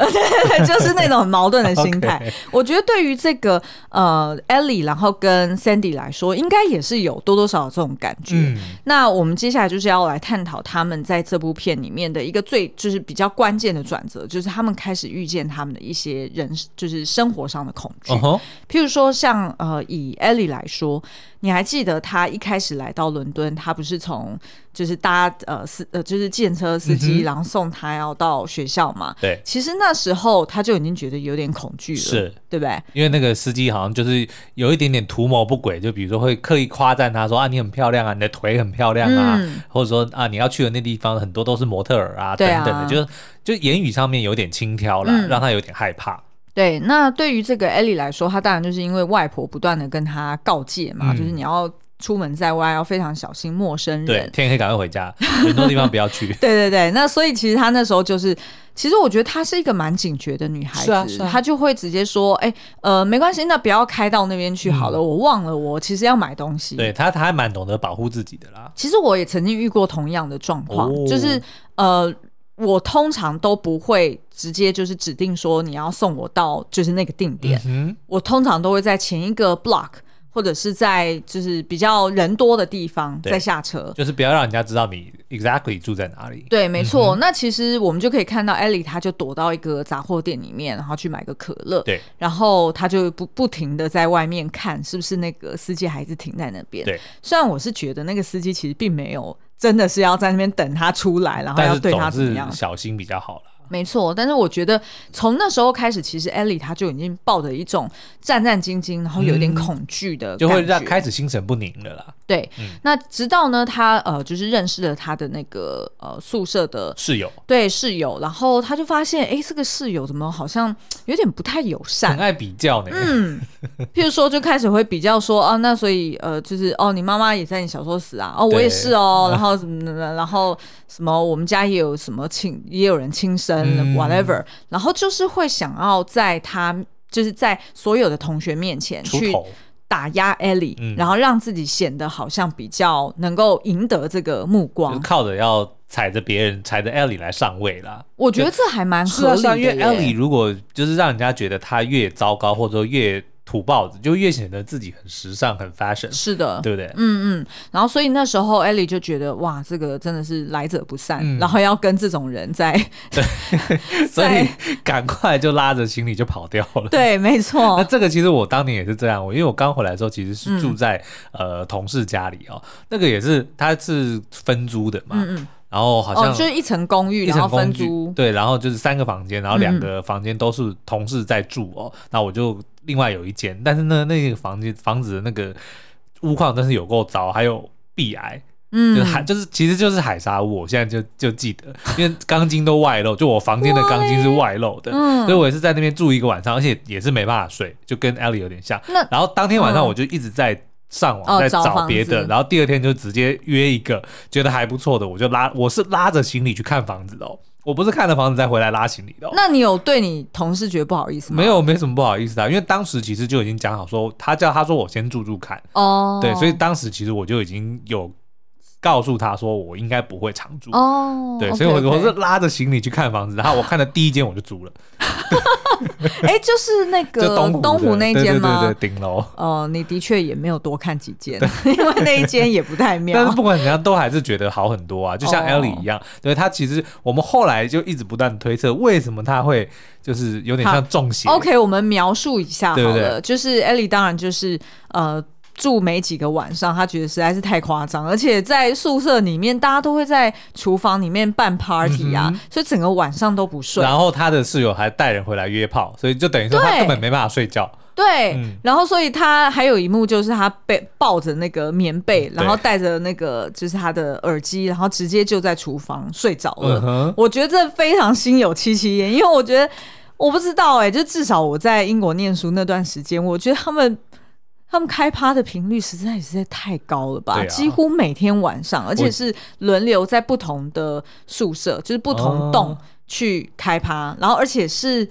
Speaker 1: 就是那种很矛盾的心态。我觉得对于这个呃 Ellie，然后跟 Sandy 来说，应该也是有多多少少这种感觉。
Speaker 2: 嗯，
Speaker 1: 那我们接下来就是要来探讨他们在这部片里面的一个最就是比较关键的转折，就是他们开始遇见他们的一些人，就是生活上的恐惧。
Speaker 2: 哦吼，
Speaker 1: 譬如说像呃，以 Ellie 来说，你还记得她一开始来到伦敦，她不是从就是搭呃司呃就是计程车司机，
Speaker 2: 嗯哼
Speaker 1: 然后送她要到学校嘛？
Speaker 2: 对，
Speaker 1: 其实那时候她就已经觉得有点恐惧了，
Speaker 2: 是
Speaker 1: 对不对？
Speaker 2: 因为那个司机好像就是有一点点图谋不轨，就比如说会刻意夸赞他说啊你很漂亮啊，你的腿很漂亮啊，
Speaker 1: 嗯
Speaker 2: 或者说啊你要去的那地方很多都是模特儿啊
Speaker 1: 对啊
Speaker 2: 等等的，就是就言语上面有点轻佻啦，
Speaker 1: 嗯
Speaker 2: 让他有点害怕。
Speaker 1: 对，那对于这个 Ellie 来说，她当然就是因为外婆不断的跟她告诫嘛，
Speaker 2: 嗯
Speaker 1: 就是你要出门在外要非常小心陌生
Speaker 2: 对
Speaker 1: 人，。。
Speaker 2: 天黑赶快回家，很多地方不要去
Speaker 1: 对对对，那所以其实她那时候就是，其实我觉得她是一个蛮警觉的女孩子，
Speaker 2: 是啊是啊
Speaker 1: 她就会直接说，哎、呃，没关系，那不要开到那边去好了，我忘了，我其实要买东西。
Speaker 2: 嗯对他，他还蛮懂得保护自己的啦。
Speaker 1: 其实我也曾经遇过同样的状况，
Speaker 2: 哦
Speaker 1: 就是呃，我通常都不会直接就是指定说你要送我到就是那个定点，
Speaker 2: 嗯
Speaker 1: 我通常都会在前一个 block 或者是在就是比较人多的地方
Speaker 2: 对
Speaker 1: 再下车
Speaker 2: 哼，。就是不要让人家知道你 exactly 住在哪里。
Speaker 1: 对，没
Speaker 2: 嗯
Speaker 1: 错。那其实我们就可以看到，艾莉她就躲到一个杂货店里面，然后去买个可乐。
Speaker 2: 对，
Speaker 1: 然后她就不不停的在外面看，是不是那个司机还是停在那边。
Speaker 2: 对，
Speaker 1: 虽然我是觉得那个司机其实并没有真的是要在那边等他出来，然后
Speaker 2: 但
Speaker 1: 要
Speaker 2: 是
Speaker 1: 对他
Speaker 2: 总
Speaker 1: 怎么样
Speaker 2: 是。小心比较好啦。
Speaker 1: 没错，但是我觉得从那时候开始，其实艾莉她就已经抱着一种战战兢兢，然后有点
Speaker 2: 嗯
Speaker 1: 恐惧的、感
Speaker 2: 就会让
Speaker 1: 觉
Speaker 2: 开嗯始心神不宁了啦。
Speaker 1: 对，那直到呢，他呃，就是认识了他的那个呃宿舍的
Speaker 2: 室友
Speaker 1: 对室友，然后他就发现，哎，这个室友怎么好像有点不太友
Speaker 2: 很
Speaker 1: 善。
Speaker 2: 爱比较呢，
Speaker 1: 嗯，譬如说，就开始会比较说啊，那所以呃，就是哦，你妈妈也在你小时候死啊，哦，我也
Speaker 2: 对
Speaker 1: 是 哦，然后什么的，然后什么，我们家也有什么亲，也有人亲生、
Speaker 2: 嗯
Speaker 1: w h a t e v e r 然后就是会想要在他，就是在所有的同学面前
Speaker 2: 出
Speaker 1: 去
Speaker 2: 头
Speaker 1: 打压 Ellie，、
Speaker 2: 嗯
Speaker 1: 然后让自己显得好像比较能够赢得这个目
Speaker 2: 就是
Speaker 1: 光。
Speaker 2: 靠着要踩着别人踩着 Ellie 来上位啦。
Speaker 1: 我觉得这还蛮
Speaker 2: 是
Speaker 1: 合
Speaker 2: 啊，
Speaker 1: 理
Speaker 2: 是啊，
Speaker 1: 的
Speaker 2: 因为
Speaker 1: 耶。
Speaker 2: Ellie 如果就是让人家觉得她越糟糕，或者说越土包子，就越显得自己很时尚、很 fashion，
Speaker 1: 是的，
Speaker 2: 对不对？
Speaker 1: 嗯嗯，然后所以那时候 Ellie 就觉得哇，这个真的是来者不善，
Speaker 2: 嗯
Speaker 1: 然后要跟这种人在，
Speaker 2: 所以赶快就拉着行李就跑掉了。
Speaker 1: 对，没错。
Speaker 2: 那这个其实我当年也是这样，我因为我刚回来的时候其实是住在、
Speaker 1: 嗯
Speaker 2: 呃同事家里哦，那个也是他是分租的嘛，
Speaker 1: 嗯嗯，
Speaker 2: 然后好像、
Speaker 1: 哦，就是一层公寓，
Speaker 2: 一
Speaker 1: 然
Speaker 2: 层
Speaker 1: 后
Speaker 2: 公
Speaker 1: 分
Speaker 2: 寓
Speaker 1: 租，
Speaker 2: 对，然后就是三个房间，然后两
Speaker 1: 嗯
Speaker 2: 个房间都是同事在住哦，那、我就另外有一间，但是呢，那个房间房子的那个屋况真是有够糟，还有壁癌，就
Speaker 1: 嗯
Speaker 2: 是海，就是其实就是海沙屋，我现在就就记得，因为钢筋都外露，就我房间的钢筋是外露的，
Speaker 1: 嗯
Speaker 2: 所以我也是在那边住一个晚上，而且也是没办法睡，就跟 Ellie 有点像
Speaker 1: 那。
Speaker 2: 然后当天晚上
Speaker 1: 嗯
Speaker 2: 我就一直在。上
Speaker 1: 哦
Speaker 2: 网在
Speaker 1: 找
Speaker 2: 找
Speaker 1: 房
Speaker 2: 别的，
Speaker 1: 子
Speaker 2: 然后第二天就直接约一个觉得还不错的，我就拉，我是拉着行李去看房子的哦，我不是看了房子再回来拉行李的、哦。
Speaker 1: 那你有对你同事觉得不好意思吗？
Speaker 2: 没有，没什么不好意思的啊、因为当时其实就已经讲好说，他叫他说我先住住看，
Speaker 1: 哦，
Speaker 2: 对，所以当时其实我就已经有告诉他说我应该不会常住，
Speaker 1: 哦，
Speaker 2: 对，所以我
Speaker 1: OK，OK
Speaker 2: 我是拉着行李去看房子，然后我看的第一间我就 租了，
Speaker 1: 哎，就是那
Speaker 2: 就
Speaker 1: 个
Speaker 2: 东湖
Speaker 1: 东湖
Speaker 2: 的
Speaker 1: 那
Speaker 2: 对
Speaker 1: 间
Speaker 2: 对
Speaker 1: 吗？
Speaker 2: 对对，顶楼。
Speaker 1: 哦，你的确也没有多看几间， 因为那一间也不太
Speaker 2: 但
Speaker 1: 妙
Speaker 2: 是。不管怎样，都还是觉得好很多啊，就像
Speaker 1: 哦
Speaker 2: Ellie 一样，对他其实我们后来就一直不断推测，为什么他会就是有点
Speaker 1: 好
Speaker 2: 像中邪
Speaker 1: OK，我们描述一下好
Speaker 2: 对
Speaker 1: 了，
Speaker 2: 不对
Speaker 1: 就是 Ellie 当然就是呃。住没几个晚上，她觉得实在是太夸张，而且在宿舍里面，大家都会在厨房里面办 party 啊，
Speaker 2: 嗯
Speaker 1: 所以整个晚上都不睡。
Speaker 2: 然后他的室友还带人回来约炮，所以就等于说
Speaker 1: 对
Speaker 2: 他根本没办法睡觉。
Speaker 1: 对，
Speaker 2: 嗯
Speaker 1: 然后所以她还有一幕就是她被抱着那个棉被，
Speaker 2: 嗯
Speaker 1: 然后戴着那个就是她的耳机，然后直接就在厨房睡着了。
Speaker 2: 嗯哼，
Speaker 1: 我觉得这非常心有戚戚焉，因为我觉得我不知道哎、就至少我在英国念书那段时间，我觉得他们他们开趴的频率实在实在太高了吧，
Speaker 2: 对啊
Speaker 1: 几乎每天晚上，而且是轮流在不同的宿舍，就是不同栋
Speaker 2: 哦
Speaker 1: 去开趴，然后而且是。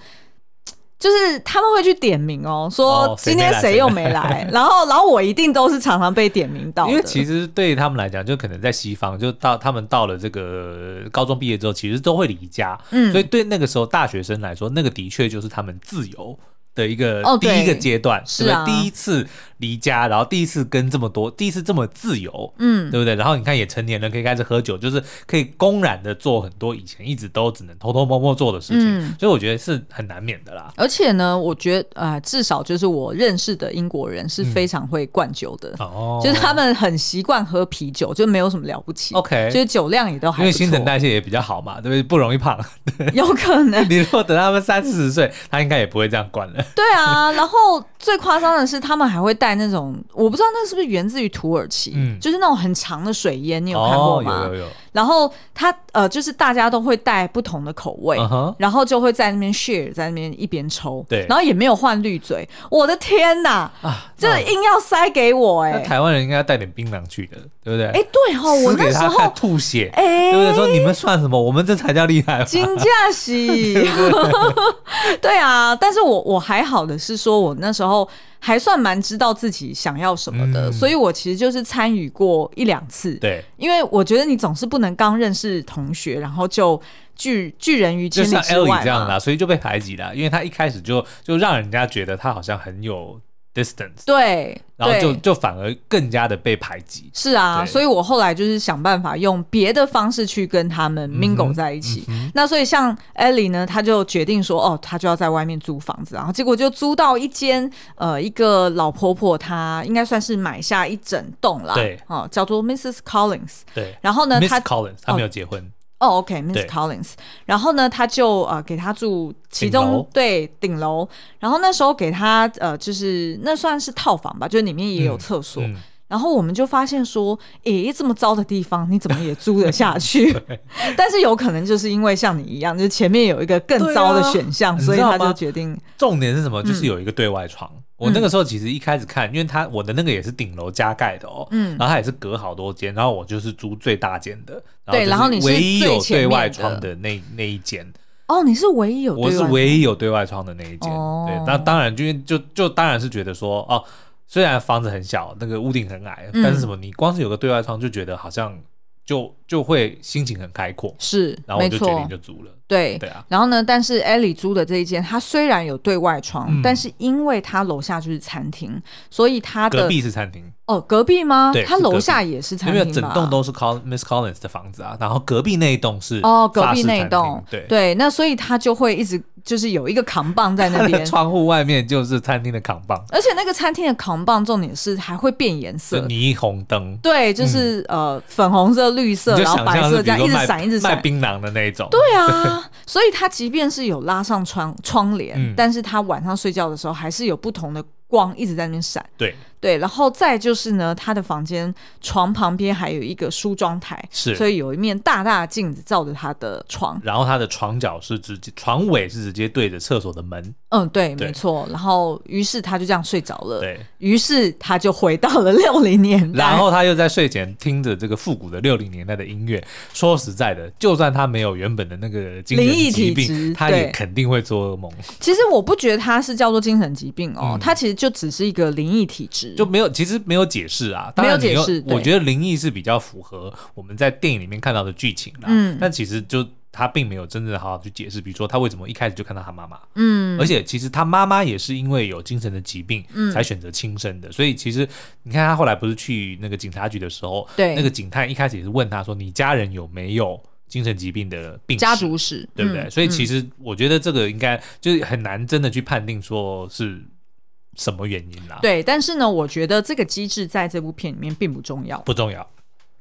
Speaker 1: 就是他们会去点名哦，说
Speaker 2: 哦谁
Speaker 1: 今天
Speaker 2: 没来
Speaker 1: 谁
Speaker 2: 谁
Speaker 1: 又
Speaker 2: 没
Speaker 1: 没来， 然后然后我一定都是常常被点名到的，
Speaker 2: 因为其实对他们来讲，就可能在西方，就到他们到了这个高中毕业之后，其实都会离家，
Speaker 1: 嗯
Speaker 2: 所以对那个时候大学生来说，那个的确就是他们自由。的一个
Speaker 1: 哦
Speaker 2: 第
Speaker 1: 对
Speaker 2: 一个阶段，
Speaker 1: 是
Speaker 2: 对不对
Speaker 1: 啊
Speaker 2: 第一次离家，然后第一次跟这么多，第一次这么自由，
Speaker 1: 嗯
Speaker 2: 对不对？然后你看也成年人可以开始喝酒，就是可以公然的做很多以前一直都只能偷偷摸摸做的事情，
Speaker 1: 嗯
Speaker 2: 所以我觉得是很难免的 啦。
Speaker 1: 而且呢，我觉得啊、呃至少就是我认识的英国人是非常会灌酒的，
Speaker 2: 嗯哦，
Speaker 1: 就是他们很习惯喝啤酒，就没有什么了不起。
Speaker 2: OK
Speaker 1: 就是酒量也都还
Speaker 2: 因
Speaker 1: 不
Speaker 2: 为
Speaker 1: 错
Speaker 2: 新陈代谢也比较好嘛，对不对？不容易胖。
Speaker 1: 有可能
Speaker 2: 你如果等他们三四十岁，他应该也不会这样灌了。
Speaker 1: 对啊。然后最夸张的是，他们还会带那种我不知道那是不是源自于土耳其，
Speaker 2: 嗯
Speaker 1: 就是那种很长的水 烟，你有看过吗？
Speaker 2: 哦、有有有，
Speaker 1: 然后他呃，就是大家都会带不同的口味。
Speaker 2: 嗯哼，
Speaker 1: 然后就会在那边 share，在那边一边抽，
Speaker 2: 对
Speaker 1: 然后也没有换绿嘴，我的天哪，
Speaker 2: 啊，
Speaker 1: 这硬要塞给我哎、
Speaker 2: 那台湾人应该要带点槟榔去的，对不对？
Speaker 1: 哎、对哦，我
Speaker 2: 撕
Speaker 1: 那
Speaker 2: 给
Speaker 1: 时
Speaker 2: 他看
Speaker 1: 候
Speaker 2: 吐血，
Speaker 1: 哎，
Speaker 2: 对不对？说你们算什么？我们这才叫厉害嘛。
Speaker 1: 金价喜，对啊，但是我我还好的是说，我那时候还算蛮知道自己想要什么的，
Speaker 2: 嗯
Speaker 1: 所以我其实就是参与过一两次，
Speaker 2: 对，
Speaker 1: 因为我觉得你总是不能刚认识同学，然后就拒拒人于
Speaker 2: 就
Speaker 1: 千里
Speaker 2: 像
Speaker 1: 之
Speaker 2: Ellie
Speaker 1: 外
Speaker 2: 这样
Speaker 1: 嘛。
Speaker 2: 啦，所以就被排挤啦，因为他一开始就就让人家觉得他好像很有 distance，
Speaker 1: 对，
Speaker 2: 然后就
Speaker 1: 对
Speaker 2: 就反而更加的被排挤。
Speaker 1: 是啊，
Speaker 2: 对
Speaker 1: 所以我后来就是想办法用别的方式去跟他们
Speaker 2: 嗯
Speaker 1: mingle 在一起。那所以像 Ellie 呢，她就决定说，哦，她就要在外面租房子，然后结果就租到一间呃，一个老婆婆她应该算是买下一整栋啦，
Speaker 2: 对
Speaker 1: 哦，叫做 Mrs. Collins。
Speaker 2: 对
Speaker 1: 然后呢，
Speaker 2: ，Miss
Speaker 1: 她
Speaker 2: Collins 他没有结婚，
Speaker 1: 哦，OK，Miss
Speaker 2: 对
Speaker 1: Collins，然后呢，他就呃给他住其中
Speaker 2: 顶楼
Speaker 1: 对顶楼，然后那时候给他呃就是那算是套房吧，就是里面也有
Speaker 2: 嗯
Speaker 1: 厕所，
Speaker 2: 嗯，
Speaker 1: 然后我们就发现说，诶，这么糟的地方，你怎么也租得下 去？但是有可能就是因为像你一样，就是前面有一个更糟的选项，
Speaker 2: 对啊
Speaker 1: 所以
Speaker 2: 你知
Speaker 1: 他
Speaker 2: 道吗
Speaker 1: 就决定，
Speaker 2: 重点是什么？就是有一个对外窗。
Speaker 1: 嗯
Speaker 2: 我那个时候其实一开始看，因为它我的那个也是顶楼加盖的哦，
Speaker 1: 嗯
Speaker 2: 然后它也是隔好多间，然后我就是租最大间的，
Speaker 1: 对然后你
Speaker 2: 就是唯一有对外窗
Speaker 1: 最
Speaker 2: 的那那一间，
Speaker 1: 哦，你是唯一有对
Speaker 2: 我是
Speaker 1: 外
Speaker 2: 唯一有对外窗的那一间。
Speaker 1: 哦
Speaker 2: 对，那当然就因为就就当然是觉得说哦，虽然房子很小，那个屋顶很矮，
Speaker 1: 嗯
Speaker 2: 但是什么你光是有个对外窗就觉得好像就就会心情很开阔，
Speaker 1: 是，
Speaker 2: 然后
Speaker 1: 没
Speaker 2: 我就决定
Speaker 1: 错，
Speaker 2: 就租了。
Speaker 1: 对
Speaker 2: 对啊
Speaker 1: 然后呢，但是艾莉租的这一间，它虽然有对外窗，
Speaker 2: 嗯
Speaker 1: 但是因为它楼下就是餐厅，所以它的
Speaker 2: 隔壁是餐厅，
Speaker 1: 哦隔壁吗
Speaker 2: 对？
Speaker 1: 它
Speaker 2: 是隔壁
Speaker 1: 哎楼下也是餐
Speaker 2: 因
Speaker 1: 厅
Speaker 2: 为
Speaker 1: 吧？
Speaker 2: 整栋都是 Col Miss Collins 的房子啊，然后隔壁那一栋是
Speaker 1: 哦，隔
Speaker 2: 法
Speaker 1: 壁
Speaker 2: 式
Speaker 1: 那
Speaker 2: 餐厅
Speaker 1: 栋，
Speaker 2: 对。
Speaker 1: 那所以他就会一直就是有一个扛棒在 那边，
Speaker 2: 窗户外面就是餐厅的扛棒，
Speaker 1: 而且那个餐厅的扛棒重点是还会变颜
Speaker 2: 是
Speaker 1: 色，
Speaker 2: 霓虹灯，
Speaker 1: 对，就是、呃粉红色、绿色，
Speaker 2: 嗯你就
Speaker 1: 然后
Speaker 2: 想
Speaker 1: 白
Speaker 2: 象
Speaker 1: 色
Speaker 2: 是
Speaker 1: 这
Speaker 2: 比
Speaker 1: 样
Speaker 2: 如说
Speaker 1: 一直
Speaker 2: 卖
Speaker 1: 闪一直
Speaker 2: 卖
Speaker 1: 闪。
Speaker 2: 槟榔的那一种，
Speaker 1: 对 啊，所以它即便是有拉上窗窗帘，
Speaker 2: 嗯
Speaker 1: 但是它晚上睡觉的时候还是有不同的光一直在那边闪。
Speaker 2: 对
Speaker 1: 对，然后再就是呢，他的房间床旁边还有一个梳妆台，
Speaker 2: 是
Speaker 1: 所以有一面大大的镜子照着他的床。
Speaker 2: 然后他的床角是直接，床尾是直接对着厕所的门，
Speaker 1: 嗯，对，
Speaker 2: 对
Speaker 1: 没错。然后于是他就这样睡着了。
Speaker 2: 对。
Speaker 1: 于是他就回到了六零年代。
Speaker 2: 然后他又在睡前听着这个复古的六零年代的音乐。说实在的，就算他没有原本的那个精神
Speaker 1: 灵异体
Speaker 2: 疾病，
Speaker 1: 质
Speaker 2: 他也
Speaker 1: 对
Speaker 2: 肯定会做噩梦，
Speaker 1: 其实我不觉得他是叫做精神疾病哦，
Speaker 2: 嗯
Speaker 1: 他其实就只是一个灵异体质。
Speaker 2: 就没有其实没有解释啊。当
Speaker 1: 没有
Speaker 2: 然你
Speaker 1: 解
Speaker 2: 又
Speaker 1: 释对
Speaker 2: 我觉得灵异是比较符合我们在电影里面看到的剧情啦。
Speaker 1: 嗯
Speaker 2: 但其实就他并没有真正好好去解释，比如说他为什么一开始就看到他妈妈，
Speaker 1: 嗯，
Speaker 2: 而且其实他妈妈也是因为有精神的疾病，
Speaker 1: 嗯
Speaker 2: 才选择轻生的。所以其实你看他后来不是去那个警察局的时候，
Speaker 1: 对
Speaker 2: 那个警探一开始也是问他说：“你家人有没有精神疾病的病史
Speaker 1: 家族史，
Speaker 2: 对不对？”
Speaker 1: 嗯
Speaker 2: 所以其实我觉得这个应该就是很难真的去判定说是什么原因啦、，
Speaker 1: 对，但是呢，我觉得这个机制在这部片里面并不重要。
Speaker 2: 不重要。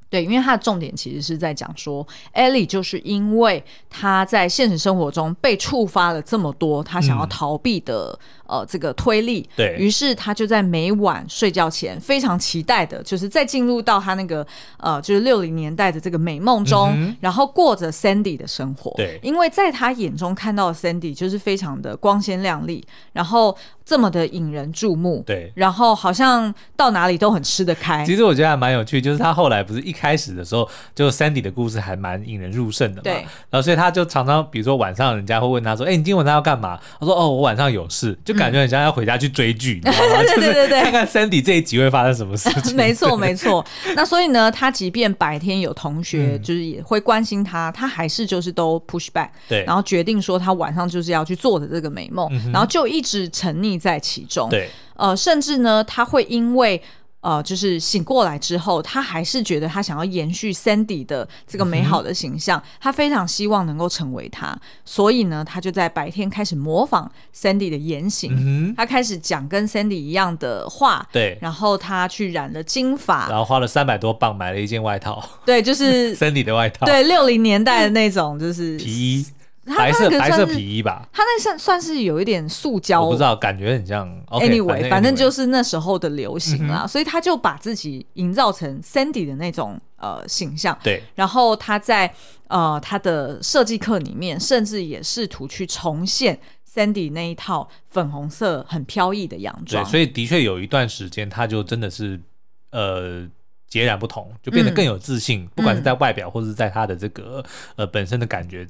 Speaker 1: 对，因为它的重点其实是在讲说，Ellie 就是因为她在现实生活中被触发了这么多她想要
Speaker 2: 嗯
Speaker 1: 逃避的、呃这个推力，
Speaker 2: 对
Speaker 1: 于是她就在每晚睡觉前非常期待的，就是在进入到她那个呃就是六零年代的这个美梦中，
Speaker 2: 嗯哼
Speaker 1: 然后过着 Sandy 的生活。
Speaker 2: 对
Speaker 1: 因为在她眼中看到的 Sandy 就是非常的光鲜亮丽，然后这么的引人注目，
Speaker 2: 对
Speaker 1: 然后好像到哪里都很吃得开。
Speaker 2: 其实我觉得还蛮有趣，就是他后来不是一开始的时候，就 Sandy 的故事还蛮引人入胜的嘛。
Speaker 1: 对
Speaker 2: 然后所以他就常常，比如说晚上人家会问他说：“哎、你今天晚上要干嘛？”他说：“哦，我晚上有事。”就感觉很像要回家去追剧，你知道吗？
Speaker 1: 对对对
Speaker 2: 就是
Speaker 1: 对
Speaker 2: 看看 Sandy 这一集会发生什么事 情。
Speaker 1: 没错，没错。那所以呢，他即便白天有同学
Speaker 2: 嗯
Speaker 1: 就是也会关心他，他还是就是都 push back，
Speaker 2: 对 嗯
Speaker 1: 然后决定说他晚上就是要去做的这个美梦，然后就一直沉溺在其中。
Speaker 2: 对
Speaker 1: 呃，甚至呢，他会因为。呃，就是醒过来之后，他还是觉得他想要延续 Sandy 的这
Speaker 2: 嗯
Speaker 1: 个美好的形象，他非常希望能够成为他，所以呢，他就在白天开始模仿 Sandy 的言行，
Speaker 2: 嗯
Speaker 1: 他开始讲跟 Sandy 一样的话，
Speaker 2: 对。
Speaker 1: 然后他去染了金
Speaker 2: 然
Speaker 1: 发，
Speaker 2: 后花了三百多磅买了一件外套
Speaker 1: 对，就 是
Speaker 2: ，Sandy 的外套，
Speaker 1: 对六零年代的那种，就是
Speaker 2: 嗯皮衣，
Speaker 1: 他
Speaker 2: 白色
Speaker 1: 那个
Speaker 2: 白
Speaker 1: 算
Speaker 2: 色
Speaker 1: 是
Speaker 2: 皮衣吧，
Speaker 1: 他那算算是有一点塑胶
Speaker 2: 我不知道，感觉很像。OK，
Speaker 1: ，anyway，反正就是是那时候的流行
Speaker 2: 嗯
Speaker 1: 啦，所以他就把自己营造成 Sandy 的那种呃形象。
Speaker 2: 对，
Speaker 1: 然后他在呃他的设计课里面，甚至也试图去重现 Sandy 那一套粉红色很飘逸的洋
Speaker 2: 对，
Speaker 1: 装。
Speaker 2: 所以的确有一段时间，他就真的是呃截然不同，就变得
Speaker 1: 嗯
Speaker 2: 更有自信，不管是在外表或是在他的这个呃本身的感觉。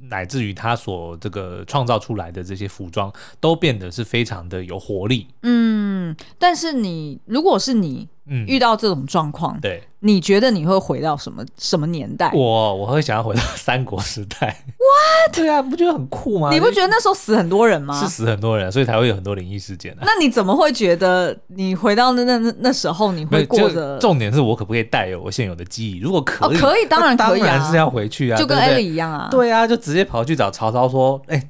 Speaker 2: 乃至于他所这个创造出来的这些服装，都变得是非常的有活力。
Speaker 1: 嗯，但是你如果是你
Speaker 2: 嗯，
Speaker 1: 遇到这种状况，
Speaker 2: 对
Speaker 1: 你觉得你会回到什么什么年代？
Speaker 2: 我我会想要回到三国时代。哇，对啊，不觉得很酷吗？
Speaker 1: 你不觉得那时候死很多人吗
Speaker 2: 是？死很多人，所以才会有很多灵异事件啊。
Speaker 1: 那你怎么会觉得你回到那那那那时候你
Speaker 2: 没
Speaker 1: 会
Speaker 2: 有
Speaker 1: 过
Speaker 2: 就
Speaker 1: 着？
Speaker 2: 重点是我可不可以带有我现有的记忆？如果可
Speaker 1: 哦
Speaker 2: 以，
Speaker 1: 可以当然
Speaker 2: 那
Speaker 1: 可以啊
Speaker 2: 当然是要回去啊，
Speaker 1: 就跟
Speaker 2: 对不
Speaker 1: 艾
Speaker 2: 对
Speaker 1: 莉一样啊，
Speaker 2: 对啊，就直接跑去找曹操说：“哎、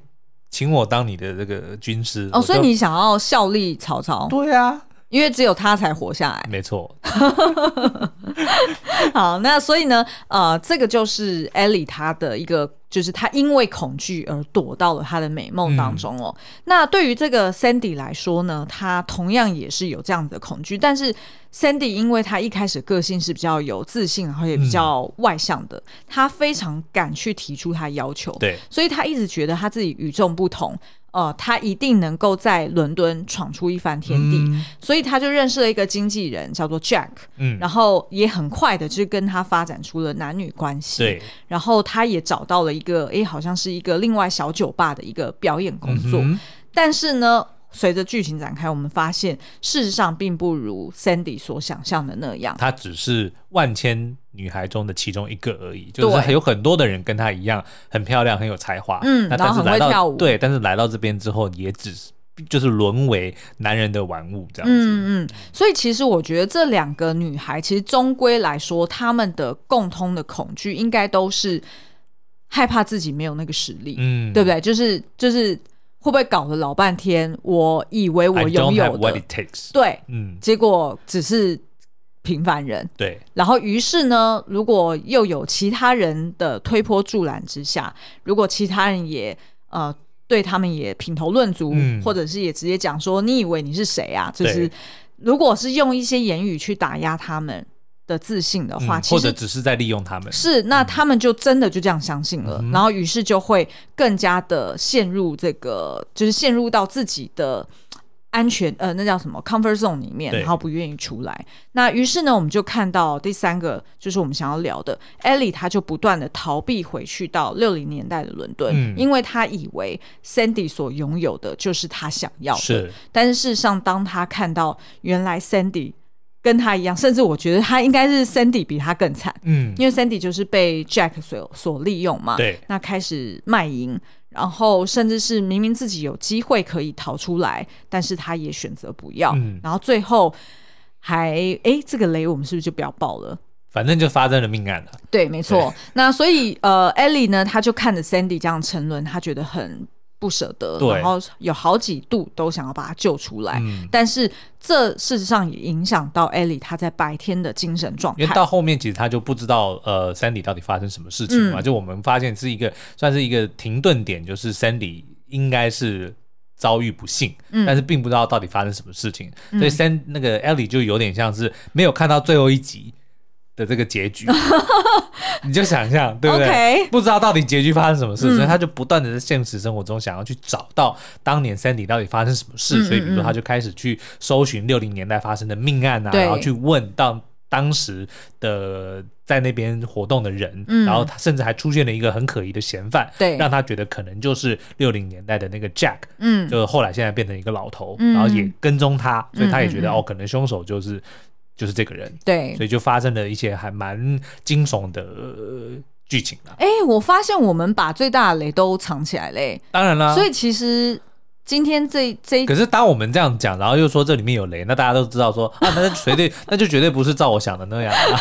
Speaker 2: 请我当你的这个军师。我
Speaker 1: 哦，所以
Speaker 2: 就
Speaker 1: 你想要效力曹操，
Speaker 2: 对啊，
Speaker 1: 因为只有他才活下来。
Speaker 2: 没错，
Speaker 1: 好，那所以呢，呃，这个就是艾莉她的一个，就是她因为恐惧而躲到了她的美
Speaker 2: 嗯
Speaker 1: 梦当中哦。那对于这个 Sandy 来说呢，她同样也是有这样的恐惧，但是 Sandy 因为她一开始个性是比较有自信，然后也
Speaker 2: 嗯
Speaker 1: 比较外向的，她非常敢去提出她要求，
Speaker 2: 对
Speaker 1: 所以她一直觉得她自己与众不同。呃，她一定能够在伦敦闯出一番天地，
Speaker 2: 嗯
Speaker 1: 所以她就认识了一个经纪人，叫做 Jack。
Speaker 2: 嗯，
Speaker 1: 然后也很快的就跟他发展出了男女关系。
Speaker 2: 对，
Speaker 1: 然后他也找到了一个，诶，好像是一个另外小酒吧的一个表演工作。
Speaker 2: 嗯哼
Speaker 1: 但是呢，随着剧情展开，我们发现事实上并不如 Sandy 所想象的那样。
Speaker 2: 她只是万千女孩中的其中一个而已，就是
Speaker 1: 对
Speaker 2: 有很多的人跟她一样，很漂亮，很有才华，
Speaker 1: 嗯
Speaker 2: 那
Speaker 1: 然
Speaker 2: 但
Speaker 1: 后
Speaker 2: 是
Speaker 1: 很
Speaker 2: 来
Speaker 1: 会
Speaker 2: 到
Speaker 1: 跳舞
Speaker 2: 对，但是来到这边之后，也只是就是沦为男人的玩物这样子。
Speaker 1: 嗯嗯，所以其实我觉得这两个女孩，其实终归来说，她们的共通的恐惧，应该都是害怕自己没有那个实力，
Speaker 2: 嗯
Speaker 1: 对不对？就是就是会不会搞了老半天，我以为我
Speaker 2: I
Speaker 1: 拥
Speaker 2: don't
Speaker 1: 有
Speaker 2: have what
Speaker 1: 的
Speaker 2: it，takes。
Speaker 1: 对，
Speaker 2: 嗯，
Speaker 1: 结果只是平凡人。
Speaker 2: 对，
Speaker 1: 然后，于是呢，如果又有其他人的推波助澜之下，如果其他人也呃对他们也品头论足，
Speaker 2: 嗯
Speaker 1: 或者是也直接讲说你以为你是谁啊？就是
Speaker 2: 对
Speaker 1: 如果是用一些言语去打压他们的自信的话，
Speaker 2: 嗯
Speaker 1: 其
Speaker 2: 或者
Speaker 1: 实
Speaker 2: 只是在利用他们。
Speaker 1: 是那他们就真的就这样相信
Speaker 2: 嗯
Speaker 1: 了，然后于是就会更加的陷入这个，就是陷入到自己的。安全呃，那叫什么 comfort zone 里面，
Speaker 2: 对
Speaker 1: 然后不愿意出来。那于是呢，我们就看到第三个，就是我们想要聊的，Ellie，她就不断的逃避回去到六零年代的伦敦，
Speaker 2: 嗯
Speaker 1: 因为她以为 Sandy 所拥有的就是她想要的。
Speaker 2: 是，
Speaker 1: 但是事实上，当她看到原来 Sandy 跟她一样，甚至我觉得她应该是 Sandy 比她更惨，
Speaker 2: 嗯，
Speaker 1: 因为 Sandy 就是被 Jack 所所利用嘛，
Speaker 2: 对
Speaker 1: 那开始卖淫，然后甚至是明明自己有机会可以逃出来，但是他也选择不要，
Speaker 2: 嗯
Speaker 1: 然后最后还诶，这个雷我们是不是就不要爆了？
Speaker 2: 反正就发生了命案了。
Speaker 1: 对，没错。那所以呃，Ellie 呢，她就看着 Sandy 这样沉沦，她觉得很不舍得，
Speaker 2: 对
Speaker 1: 然后有好几度都想要把他救出来，
Speaker 2: 嗯，
Speaker 1: 但是这事实上也影响到 Ellie 她在白天的精神状态
Speaker 2: 因为。到后面其实他就不知道呃，Sandy 到底发生什么事情嘛。
Speaker 1: 嗯
Speaker 2: 就我们发现是一个算是一个停顿点，就是 Sandy 应该是。遭遇不幸，
Speaker 1: 嗯
Speaker 2: 但是并不知道到底发生什么事情，所以 San 那个 Ellie 就有点像是没有看到最后一集的这个 结局，你就想象对不对
Speaker 1: OK
Speaker 2: 不知道到底结局发生什么事，
Speaker 1: 嗯
Speaker 2: 所以他就不断的在现实生活中想要去找到当年 Sandy 到底发生什么事，
Speaker 1: 嗯
Speaker 2: 所以比
Speaker 1: 嗯
Speaker 2: 如说
Speaker 1: 嗯
Speaker 2: 他就开始去搜寻六零年代发生的命案啊，
Speaker 1: 对
Speaker 2: 然后去问到当时的在那边活动的人，
Speaker 1: 嗯
Speaker 2: 然后他甚至还出现了一个很可疑的嫌犯，
Speaker 1: 对
Speaker 2: 让他觉得可能就是六零年代的那个 Jack，
Speaker 1: 嗯，
Speaker 2: 就后来现在变成一个老头，
Speaker 1: 嗯
Speaker 2: 然后也跟踪他，所以他也觉得、
Speaker 1: 嗯嗯嗯
Speaker 2: 哦，可能凶手就是就是这个人，
Speaker 1: 对，
Speaker 2: 所以就发生了一些还蛮惊悚的、呃剧情了。
Speaker 1: 哎、我发现我们把最大的雷都藏起来嘞、
Speaker 2: 当然啦，
Speaker 1: 所以其实今天这这一
Speaker 2: 可是当我们这样讲，然后又说这里面有雷，那大家都知道说啊，那就绝对那就绝对不是照我想的那样、啊。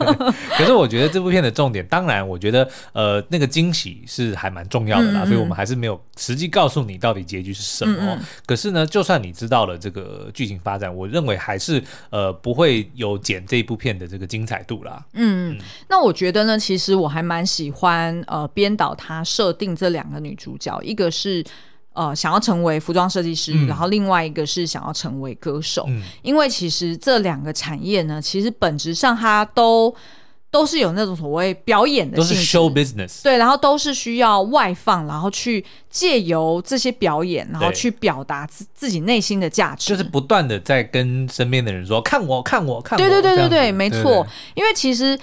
Speaker 2: 可是我觉得这部片的重点，当然我觉得呃那个惊喜是还蛮重要的啦，
Speaker 1: 嗯嗯嗯
Speaker 2: 所以我们还是没有实际告诉你到底结局是什么。
Speaker 1: 嗯嗯
Speaker 2: 可是呢，就算你知道了这个剧情发展，我认为还是呃不会有减这一部片的这个精彩度啦。
Speaker 1: 嗯，那我觉得呢，其实我还蛮喜欢呃，编导他设定这两个女主角，一个是呃想要成为服装设计师，
Speaker 2: 嗯
Speaker 1: 然后另外一个是想要成为歌手，
Speaker 2: 嗯
Speaker 1: 因为其实这两个产业呢，其实本质上它都都是有那种所谓表演的
Speaker 2: 都是
Speaker 1: 性质
Speaker 2: show business，
Speaker 1: 对，然后都是需要外放，然后去借由这些表演，然后
Speaker 2: 对
Speaker 1: 去表达自自己内心的价值，
Speaker 2: 就是不断的在跟身边的人说看我看我看我，
Speaker 1: 对对对
Speaker 2: 这
Speaker 1: 对对，
Speaker 2: 样子
Speaker 1: 没错。因为其实，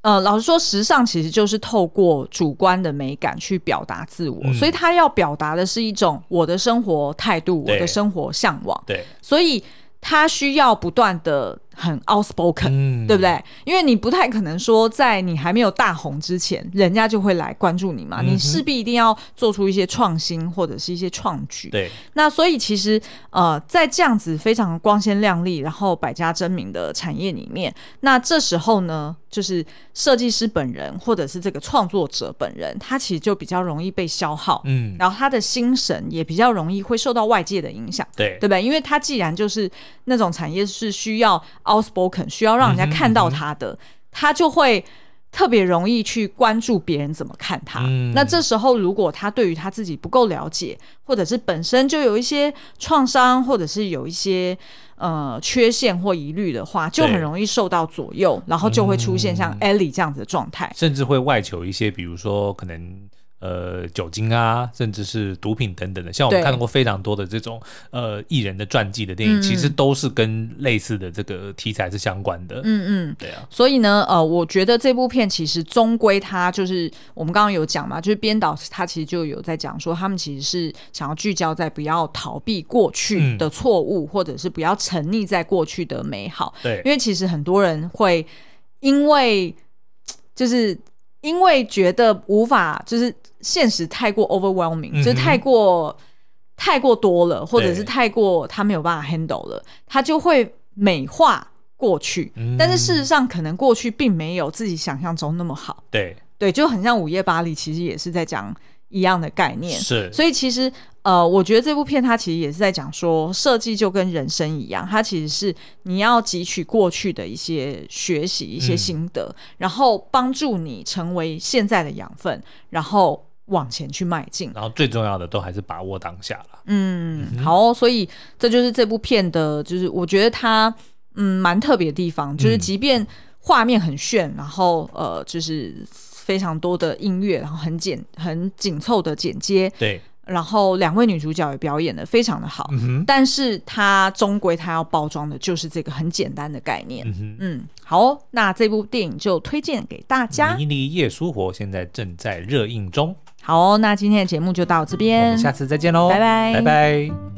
Speaker 1: 呃，老实说，时尚其实就是透过主观的美感去表达自我，
Speaker 2: 嗯
Speaker 1: 所以他要表达的是一种我的生活态度，我
Speaker 2: 对
Speaker 1: 的生活向往，
Speaker 2: 对，
Speaker 1: 所以他需要不断的很 outspoken。
Speaker 2: 嗯
Speaker 1: 对不？对？因为你不太可能说，在你还没有大红之前，人家就会来关注你嘛。
Speaker 2: 嗯哼
Speaker 1: 你势必一定要做出一些创新或者是一些创举。
Speaker 2: 对，
Speaker 1: 那所以其实呃，在这样子非常光鲜亮丽，然后百家争鸣的产业里面，那这时候呢，就是设计师本人或者是这个创作者本人，他其实就比较容易被消耗，
Speaker 2: 嗯，
Speaker 1: 然后他的心神也比较容易会受到外界的影响。
Speaker 2: 对
Speaker 1: 对不对？因为他既然就是那种产业是需要 outspoken，需要让人家
Speaker 2: 嗯
Speaker 1: 看到他的，他就会特别容易去关注别人怎么看他。
Speaker 2: 嗯
Speaker 1: 那这时候，如果他对于他自己不够了解，或者是本身就有一些创伤，或者是有一些呃缺陷或疑虑的话，就很容易受到左
Speaker 2: 嗯
Speaker 1: 右，然后就会出现像 Ellie 这样子的状态。
Speaker 2: 甚至会外求一些，比如说可能呃酒精啊，甚至是毒品等等的。像我们
Speaker 1: 对
Speaker 2: 看过非常多的这种呃艺人的传记的电
Speaker 1: 嗯
Speaker 2: 影，其实都是跟类似的这个题材是相关的。
Speaker 1: 嗯嗯。
Speaker 2: 对啊，
Speaker 1: 所以呢，呃，我觉得这部片其实终归它就是我们刚刚有讲嘛，就是编导他其实就有在讲说，他们其实是想要聚焦在不要逃避过去的错误，或者是不要沉溺在过去的美好，
Speaker 2: 对，
Speaker 1: 因为其实很多人会因为就是因为觉得无法，就是现实太过 overwhelming，、
Speaker 2: 嗯
Speaker 1: 就
Speaker 2: 哼
Speaker 1: 是太过太过多了，或者
Speaker 2: 对
Speaker 1: 是太过他没有办法 handle 了，他就会美化过去。
Speaker 2: 嗯
Speaker 1: 但是事实上，可能过去并没有自己想象中那么好。
Speaker 2: 对
Speaker 1: 对，就很像《午夜巴黎》，其实也是在讲一样的概念。
Speaker 2: 是，
Speaker 1: 所以其实呃，我觉得这部片它其实也是在讲说，设计就跟人生一样，它其实是你要汲取过去的一些学习、一些
Speaker 2: 嗯
Speaker 1: 心得，然后帮助你成为现在的养分，然后往前去迈进。
Speaker 2: 然后最重要的都还是把握当下了。
Speaker 1: 嗯，好哦、所以这就是这部片的，就是我觉得它嗯蛮特别的地方，就是
Speaker 2: 嗯
Speaker 1: 即便画面很炫，然后呃就是非常多的音乐，然后很简很紧凑的剪接，
Speaker 2: 对，
Speaker 1: 然后两位女主角也表演的非常的好，
Speaker 2: 嗯哼，
Speaker 1: 但是它终归它要包装的就是这个很简单的概念。
Speaker 2: 嗯哼。
Speaker 1: 嗯，好哦、那这部电影就推荐给大家。
Speaker 2: 迷离夜蔬活现在正在热映中，
Speaker 1: 好哦、那今天的节目就到这
Speaker 2: 我
Speaker 1: 边
Speaker 2: 们，下次再见喽，
Speaker 1: 拜拜
Speaker 2: 拜拜。